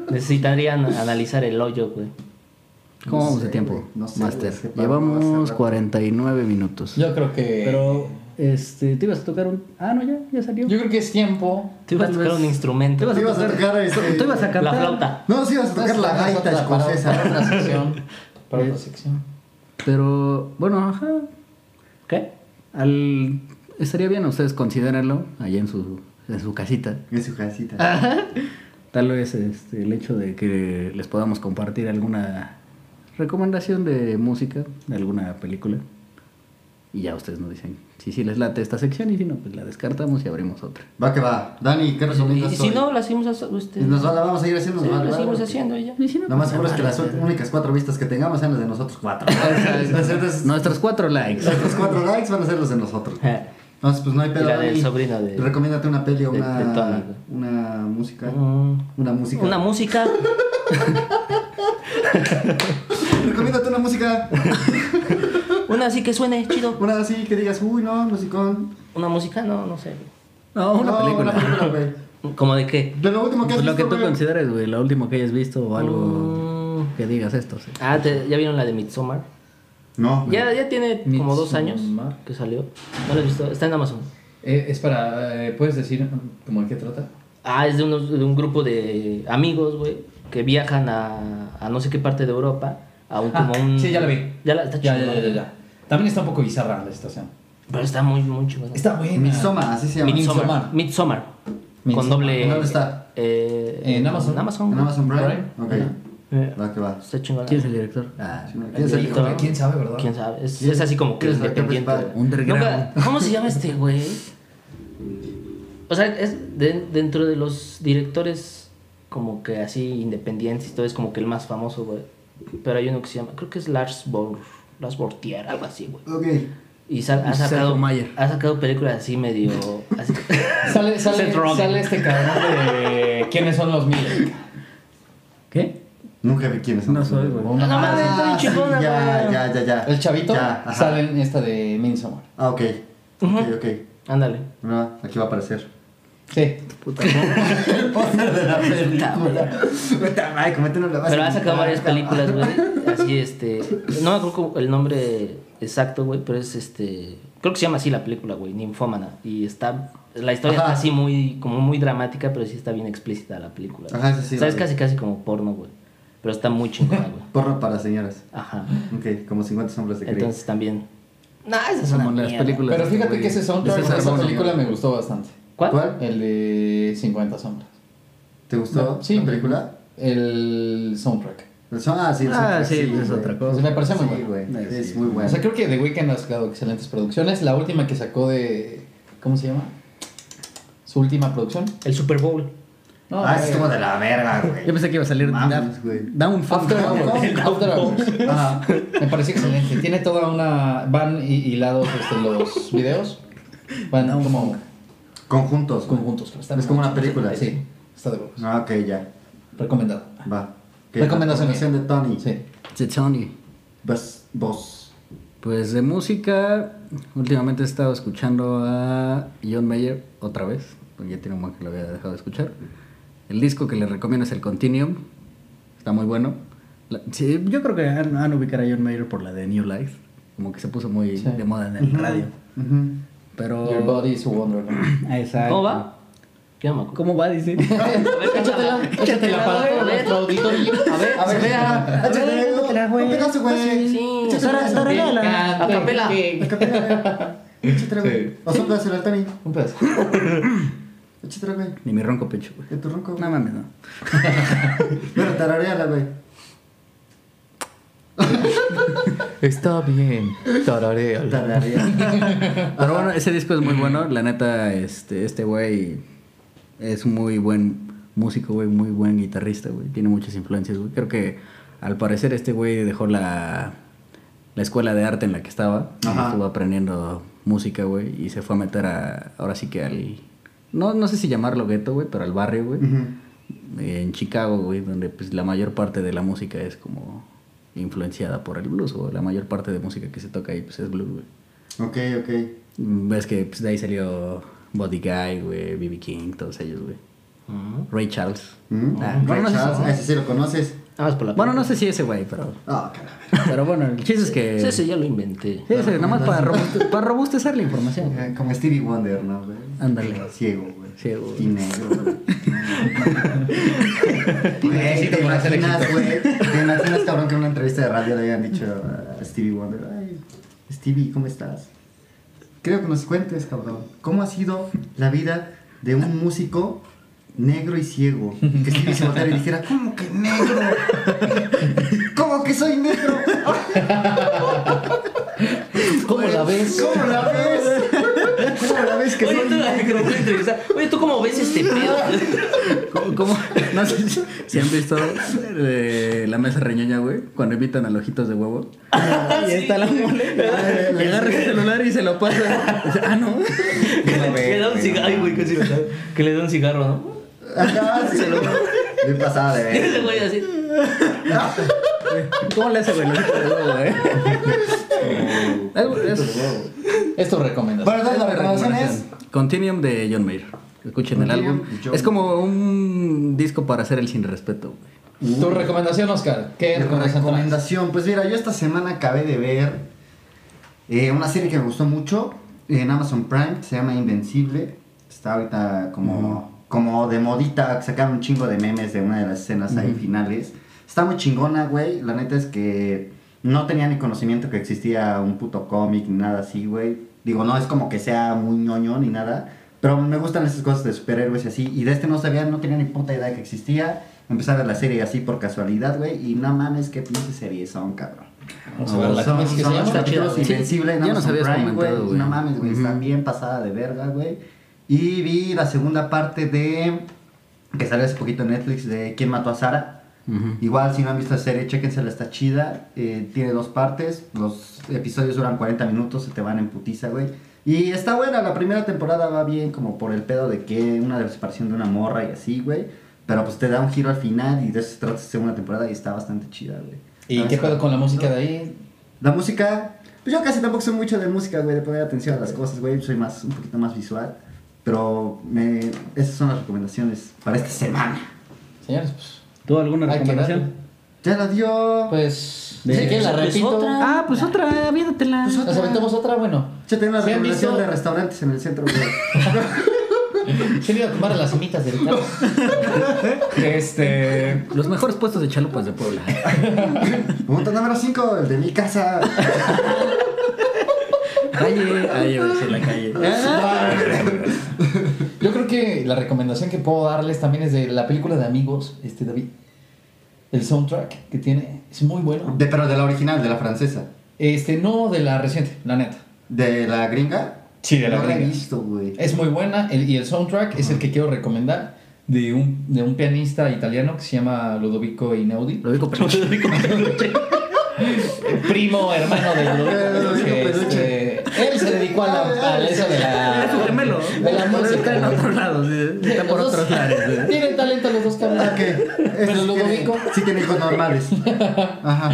S3: Necesitarían analizar el hoyo, güey.
S1: ¿Cómo
S2: No
S1: vamos
S2: sé,
S1: de tiempo?
S2: güey, no sé,
S1: Master.
S2: güey, sepa, no
S1: Llevamos
S2: hace rato.
S1: 49 minutos.
S4: Yo creo que...
S1: Pero, este, te ibas a tocar un. Ah, no, ya, ya salió.
S4: Yo creo que es tiempo...
S3: Tú ibas a tocar un instrumento.
S2: Tú ibas a tocar
S1: tú,
S2: este-
S1: tú ibas a
S3: La
S1: cantar.
S3: flauta.
S2: No, sí, vas a tocar la
S4: Esa es
S2: gaita
S4: otra- para-
S2: escocesa.
S4: Para otra sección. Eh, Para otra sección.
S1: Pero, bueno, ajá.
S3: ¿Qué?
S1: Al, estaría bien, ustedes considérenlo allá en su, en su casita.
S2: En su casita.
S1: Tal vez este, el hecho de que les podamos compartir alguna recomendación de música, de alguna película. Y ya ustedes nos dicen si sí les late esta sección y si no, pues la descartamos y abrimos otra.
S2: Va que va. Dani, ¿qué
S3: Y,
S2: recomiendas
S3: si
S2: hoy?
S3: no, la seguimos haciendo. Este...
S2: Nos va- la vamos a seguir haciendo.
S3: Sí,
S2: nos va a
S3: la
S2: dar,
S3: seguimos
S2: porque-
S3: haciendo y ya.
S1: Y si no,
S2: Lo más
S1: pues,
S2: seguro es que
S1: nada.
S2: las únicas cuatro vistas que tengamos sean las de nosotros cuatro. Entonces,
S1: Nuestros cuatro likes.
S2: Nuestros cuatro likes van a ser los de nosotros.
S3: Eh.
S2: Entonces, pues no hay pedo.
S3: Y la del
S2: Dani.
S3: sobrino de-
S2: Recomiéndate una peli o
S3: de-
S2: una,
S3: de Tony, güey.
S2: una música.
S3: Mm.
S2: Una música.
S3: Una música.
S2: Recomiéndate una música.
S3: Una así que suene chido.
S2: Una así que digas, uy, no, musicón.
S3: Una música, no, no sé.
S1: No, una
S2: No,
S1: película.
S2: Una película, güey.
S3: ¿Como de qué?
S2: De lo último que has
S1: Pues lo que
S2: visto,
S1: tú
S2: güey.
S1: consideres, güey, lo último que hayas visto o algo
S3: Mm.
S1: que digas esto. sí.
S3: Ah, te- ¿ya vieron la de Midsommar?
S2: No.
S3: Ya, ya tiene como dos años
S4: Midsommar.
S3: que salió. ¿No la has visto? Está en Amazon.
S4: Eh, espera, eh, ¿puedes decir cómo de qué trata?
S3: Ah, es de, unos- de un grupo de amigos, güey, que viajan a, a no sé qué parte de Europa a un,
S4: Ah,
S3: como un-
S4: Sí, ya la vi.
S3: Ya la está
S4: ya, ya,
S3: chingona.
S4: ya, ya, ya. También está un poco bizarra la estación.
S3: Pero está muy, muy chingona.
S4: Está buena.
S2: Midsommar, así se llama.
S4: Midsommar.
S3: Midsommar. Midsommar. Con
S4: Midsommar.
S3: doble.
S2: ¿En dónde está?
S3: Eh,
S4: En Amazon.
S3: Amazon.
S2: ¿En Amazon Prime?
S4: Prime.
S2: Ok.
S3: Eh,
S2: Va que va.
S3: Está chingona.
S1: ¿Quién es el director? Ah,
S2: Si no,
S3: El
S2: ¿Quieres el
S3: director.
S5: Híjole, quién sabe, ¿verdad?
S3: ¿Quién sabe? Es,
S2: ¿Quién-
S3: es así como que
S2: quién es el actor
S3: independiente.
S2: principal?
S1: Underground.
S3: Nunca- ¿Cómo se llama este güey? O sea, es de- dentro de los directores como que así independientes y todo, es como que el más famoso, güey. Pero hay uno que se llama, creo que es Lars Bor, Lars Bortier, algo así, güey.
S2: Ok.
S3: Y sa- ha,
S1: Y Seth
S3: sacado,
S1: Mayer.
S3: ha sacado películas así medio... así-
S4: Sale, sale,
S3: Seth Rogen.
S4: sale este cabrón de quiénes son los Miller.
S1: ¿Qué?
S2: Nunca vi quiénes son.
S1: No soy, güey.
S3: No mames, está bien
S2: Ah, sí,
S3: chingona,
S2: ya,
S3: güey.
S2: ya, ya, ya.
S4: El chavito
S2: Ya, ajá.
S4: sale en esta de Midsommar.
S2: Ah, ok.
S3: Ujú.
S2: Ok, ok.
S3: Ándale.
S2: No, aquí va a aparecer.
S4: Sí.
S2: El póster de la película. Puta madre, ¿cómo te no la vas
S3: Pero
S2: a
S3: ha sacado
S2: quitar,
S3: varias
S2: cabrón?
S3: películas, güey. Así, este. No me acuerdo cómo- el nombre exacto, güey, pero es este. Creo que se llama así la película, güey, Ninfómana. Y está. La historia
S2: Ajá.
S3: está así muy. Como muy dramática, pero sí está bien explícita la película. güey.
S2: Ajá, sí, sí,
S3: O sea, es
S2: la vi.
S3: casi, casi como porno, güey. Pero está muy chingona, güey.
S2: Porno para señoras.
S3: Ajá.
S2: Ok, como 50 sombras de Grey.
S3: Entonces también. Nah, esas son
S1: Como las películas.
S4: Pero fíjate que ese soundtrack,
S1: Ese
S4: esa
S1: soundtrack.
S4: película me gustó bastante.
S3: ¿Cuál?
S2: ¿Cuál?
S4: El de 50 sombras.
S2: ¿Te gustó
S4: Sí,
S2: la película?
S4: El soundtrack.
S2: El son- Ah, sí, el
S1: Ah,
S2: soundtrack,
S1: sí,
S2: güey.
S1: es otra cosa.
S4: Pues me parece muy
S2: Sí,
S4: bueno.
S2: güey,
S1: Sí,
S2: es
S1: sí.
S2: muy bueno.
S4: O sea, creo que The Weeknd ha sacado excelentes producciones. La última que sacó de. ¿Cómo se llama? Su última producción.
S3: El Super Bowl.
S4: No,
S2: Ah,
S4: eh,
S2: es como de la verga, güey.
S1: Yo pensé que iba a salir
S2: Mames,
S1: Da-
S2: güey.
S1: Downfall.
S4: After Hours. After Hours.
S2: Ajá.
S4: Me parece excelente. Tiene toda una. Van hi- hilados este, los videos. Van como
S2: Conjuntos. güey.
S4: conjuntos. creo. Está
S2: Es como
S4: muy
S2: una
S4: chido.
S2: película.
S4: Sí, está de huevos.
S2: Ah, ok, ya.
S4: Recomendado.
S2: Va. Ok,
S4: Recomendación.
S2: recomendación de Tony.
S4: Sí.
S1: The Tony.
S2: Vas, vos.
S1: Pues de música, últimamente he estado escuchando a John Mayer otra vez, porque ya tiene un buen que lo había dejado de escuchar. El disco que les recomiendo es el Continuum, está muy bueno. La- sí, yo creo que han, han ubicar a John Mayer por la de New Life, como que se puso muy de moda en el radio. Pero...
S4: Your body is a wonderland.
S1: Exacto.
S3: ¿Cómo va? ¿Qué no me acuerdo.
S1: ¿Cómo va? Dice.
S4: échatela, échatela para todo nuestro auditorio.
S3: A ver,
S2: A ver, vea. Échate
S1: no te la
S2: güey.
S1: juegues.
S2: Un pedazo, güey.
S3: Sí,
S2: Échate
S3: está- está
S2: un pedazo.
S3: regala.
S4: A capela.
S2: Échate, güey. O sopla el Tony.
S4: Un pedazo.
S2: Échate, güey.
S1: Ni mi ronco pecho, güey.
S2: De tu ronco. güey.
S1: No mames, no.
S2: Pero tarareala, güey.
S4: Está bien. Tararea.
S2: Tarareala.
S1: Pero bueno, ese disco es muy bueno. La neta, este, este güey es muy buen músico, güey, muy buen guitarrista, güey. Tiene muchas influencias, güey. Creo que al parecer este güey dejó la, la escuela de arte en la que estaba. y
S2: Ajá.
S1: Estuvo aprendiendo música, güey. Y se fue a meter a, ahora sí que al... No, no sé si llamarlo gueto, güey, pero al barrio, güey. En Chicago, güey, donde pues la mayor parte de la música es como influenciada por el blues, o la mayor parte de música que se toca ahí pues es blues, güey.
S2: Ok, ok.
S1: Ves que pues, de ahí salió Body Guy, güey, B.B. King, todos ellos, güey. Ray Charles.
S2: ¿Mm?
S1: Ah, bueno, no
S2: Ray
S1: sé
S2: Charles,
S1: si-
S2: ese sí lo conoces.
S3: Nada más por la
S1: Bueno, no sé si ese güey, pero...
S2: Ah, carajo.
S1: Pero bueno, el chiste es que...
S3: Sí, sí, ya lo inventé.
S1: Sí, sí, nada más para, robuste- para robustecer la información. güey.
S2: Eh, Como Stevie Wonder, ¿no, güey?
S1: Ándale.
S2: Ciego, güey.
S1: Ciego, güey.
S2: Y negro, güey. Güey, ¿Te
S4: para ser
S2: imaginas,
S4: exitoso.
S2: güey? ¿Te imaginas, cabrón, que en una entrevista de radio le hayan dicho a Stevie Wonder, ay, Stevie, ¿cómo estás? Creo que nos cuentes, cabrón, ¿cómo ha sido la vida de un músico negro y ciego? Que Stevie se volteara y dijera, ¿cómo que negro? ¿Cómo que soy negro?
S4: ¿Cómo la ves?
S2: ¿Cómo la ves? ¿Cómo la ves que
S3: Oye,
S2: soy
S3: tú, que lo voy a entrevistar. Oye, ¿tú cómo ves este pedo?
S1: ¿Cómo, cómo? No sé si, si han visto eh, la mesa reñoña, güey, cuando invitan a los ojitos de huevo. y está la mole. Y agarra el celular y se lo pasa. Dice, ah, no.
S3: Que le,
S2: No ves,
S3: que le da un
S2: güey,
S3: cigarro.
S2: no
S3: Ay, güey, casi lo sabe. Que le da un cigarro, ¿no?
S2: Ajá, sí, lo Bien pasada de
S3: Y ese
S2: ver.
S3: güey así.
S1: ¿Cómo le hace, güey, el ojito de huevo, eh? Algo- es-
S4: Esto recomendas.
S2: Bueno, entonces la recomendación es.
S1: Continuum de John Mayer. Escuchen el
S2: Continuum
S1: álbum.
S2: de John
S1: Es como un disco para hacer el sin respeto, güey.
S4: Tu recomendación, Oscar. ¿Qué
S2: Mi
S4: recomendación traes?
S2: recomendación. Pues mira, yo esta semana acabé de ver eh, una serie que me gustó mucho eh, en Amazon Prime, que se llama Invencible. Está ahorita como, como de modita, sacaron un chingo de memes de una de las escenas ahí finales. Está muy chingona, güey. La neta es que no tenía ni conocimiento que existía un puto cómic ni nada así, güey. Digo, no es como que sea muy ñoño ni nada. Pero me gustan esas cosas de superhéroes y así. Y de este no sabía, no tenía ni puta idea que existía. Empecé a ver la serie así por casualidad, güey. Y no mames, qué pinche serie son, cabrón.
S4: Vamos a ver la-
S2: Son-
S4: ¿cómo es que se
S2: son
S4: llama?
S2: los
S4: Está
S2: capítulos
S1: chida, güey.
S2: Invencible,
S1: Sí,
S2: no
S1: ya nos habías comentado, güey.
S2: No mames, güey, está bien pasada de verga, güey. Y vi la segunda parte de. que salió hace poquito en Netflix de ¿Quién mató a Sara? Igual, si no han visto la serie, chéquensela, está chida. Eh, tiene dos partes. Los episodios duran 40 minutos, se te van en putiza, güey. Y está buena, la primera temporada va bien, como por el pedo de que una separación de una morra y así, güey. Pero pues te da un giro al final y de eso se trata la segunda temporada y está bastante chida, güey.
S4: ¿Y qué
S2: Está-
S4: pedo con la música de ahí?
S2: la música, pues yo casi tampoco soy mucho de música, güey, de poner atención a las cosas, güey, soy más, un poquito más visual. Pero me, esas son las recomendaciones para esta semana.
S4: Señores, pues.
S1: ¿Tú alguna
S4: hay que
S1: recomendación?
S4: darle.
S2: Ya la dio.
S4: Pues.
S2: De-
S4: si quieren la
S3: Pues
S4: repito.
S3: otra.
S1: Ah, pues otra, viéntatela.
S4: Nos aventamos Pues otra, bueno.
S2: Yo tengo una
S4: ¿Se han
S2: recomendación
S4: visto?
S2: de restaurantes en el centro, güey.
S4: Se han ido a tomar a las semitas del carro. Este.
S1: Los mejores puestos de chalupas de Puebla.
S2: Punto número 5, el de mi casa.
S1: calle, calle, en la calle.
S4: Ah. Yo creo que la recomendación que puedo darles también es de la película de Amigos, este David. El soundtrack que tiene es muy bueno.
S2: De- pero de la original, de la francesa.
S4: Este, no de la reciente, la neta.
S2: ¿De la gringa?
S4: Sí, de la
S2: no la he
S4: gringa.
S2: visto, güey.
S4: Es muy buena el- y el soundtrack es el que quiero recomendar de un, de un pianista italiano que se llama Ludovico Inaudi.
S1: Lo digo pero
S4: Primo, hermano de Ludovico.
S2: Ludovico
S4: que,
S2: Peluche.
S4: este, él se dedicó a la, a eso de la,
S1: Ah, Es su gemelo.
S4: de la
S1: Pero está en
S4: música.
S1: otro lado, sí, está por
S4: Los dos
S1: otros lares. ¿eh? sí.
S4: Tienen talento los dos cabrones.
S2: Ah, ¿qué?
S4: Pero
S2: Esos tienen-
S4: Ludovico.
S2: Sí tiene hijos normales. Ajá.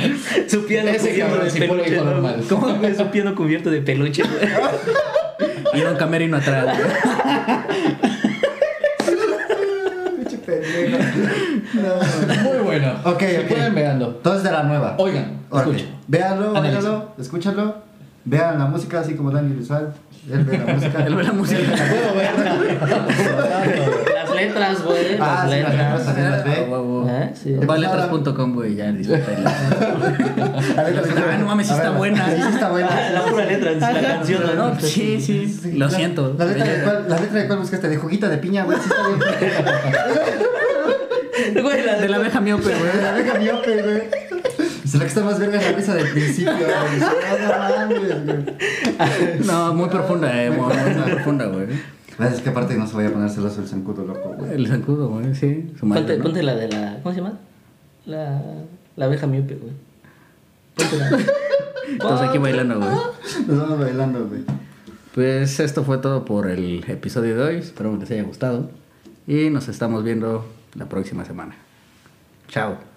S6: Su piano
S4: Ese
S6: cubierto
S4: cabrón
S6: de
S4: sí fue lo
S6: peluche.
S4: hijo
S6: ¿no?
S4: normal.
S6: ¿Cómo que su piano cubierto de peluche? güey?
S1: Y un camerino atrás. güey.
S2: Pinche pendejo. No.
S4: Muy bueno.
S2: Ok,
S4: Se
S2: ok.
S4: pueden verlo.
S2: Entonces de la nueva.
S4: Oigan,
S2: Órale.
S4: escuchen.
S2: Véanlo,
S4: Analicen.
S2: véanlo, escúchalo. Vean la música así como Dani Visual. Él ve la música.
S1: Él ve la música.
S4: Puedo verla.
S3: Las letras, güey.
S2: Ah,
S3: Las
S2: sí, las letras
S3: letras.
S2: también las
S1: Ah,
S2: ve.
S1: guau, guau.
S3: Ah, sí.
S1: Valetras.com, güey, ya disfrútenla.
S2: A ver,
S1: Ah, no mames, sí
S2: a ver,
S1: está buena.
S2: Sí, sí está buena.
S6: La pura letra, es la canción.
S1: No,
S6: ¿no?
S1: no, sí, sí, sí, Lo
S2: La-
S1: siento.
S2: La letra, de cuál, la letra de cuál buscaste, de juguita de piña, güey. Sí está bien.
S6: Güey, la
S1: De la abeja miope, güey.
S2: Pero la abeja miope, güey. Se la que está más verga es la risa del principio, güey. No mames, güey.
S1: No, muy profunda, eh, muy, muy- muy profunda, güey.
S2: Es que aparte no se vaya a poner celoso el zancudo loco, güey.
S1: El zancudo, güey, sí. Su madre,
S3: Ponte,
S1: ¿no?
S3: ponte la de la. ¿Cómo se llama? La, la abeja miope, güey. Póntela.
S1: Entonces aquí bailando, güey.
S2: Nos vamos bailando, güey.
S1: Pues esto fue todo por el episodio de hoy. Espero que les haya gustado. Y nos estamos viendo la próxima semana. Chao.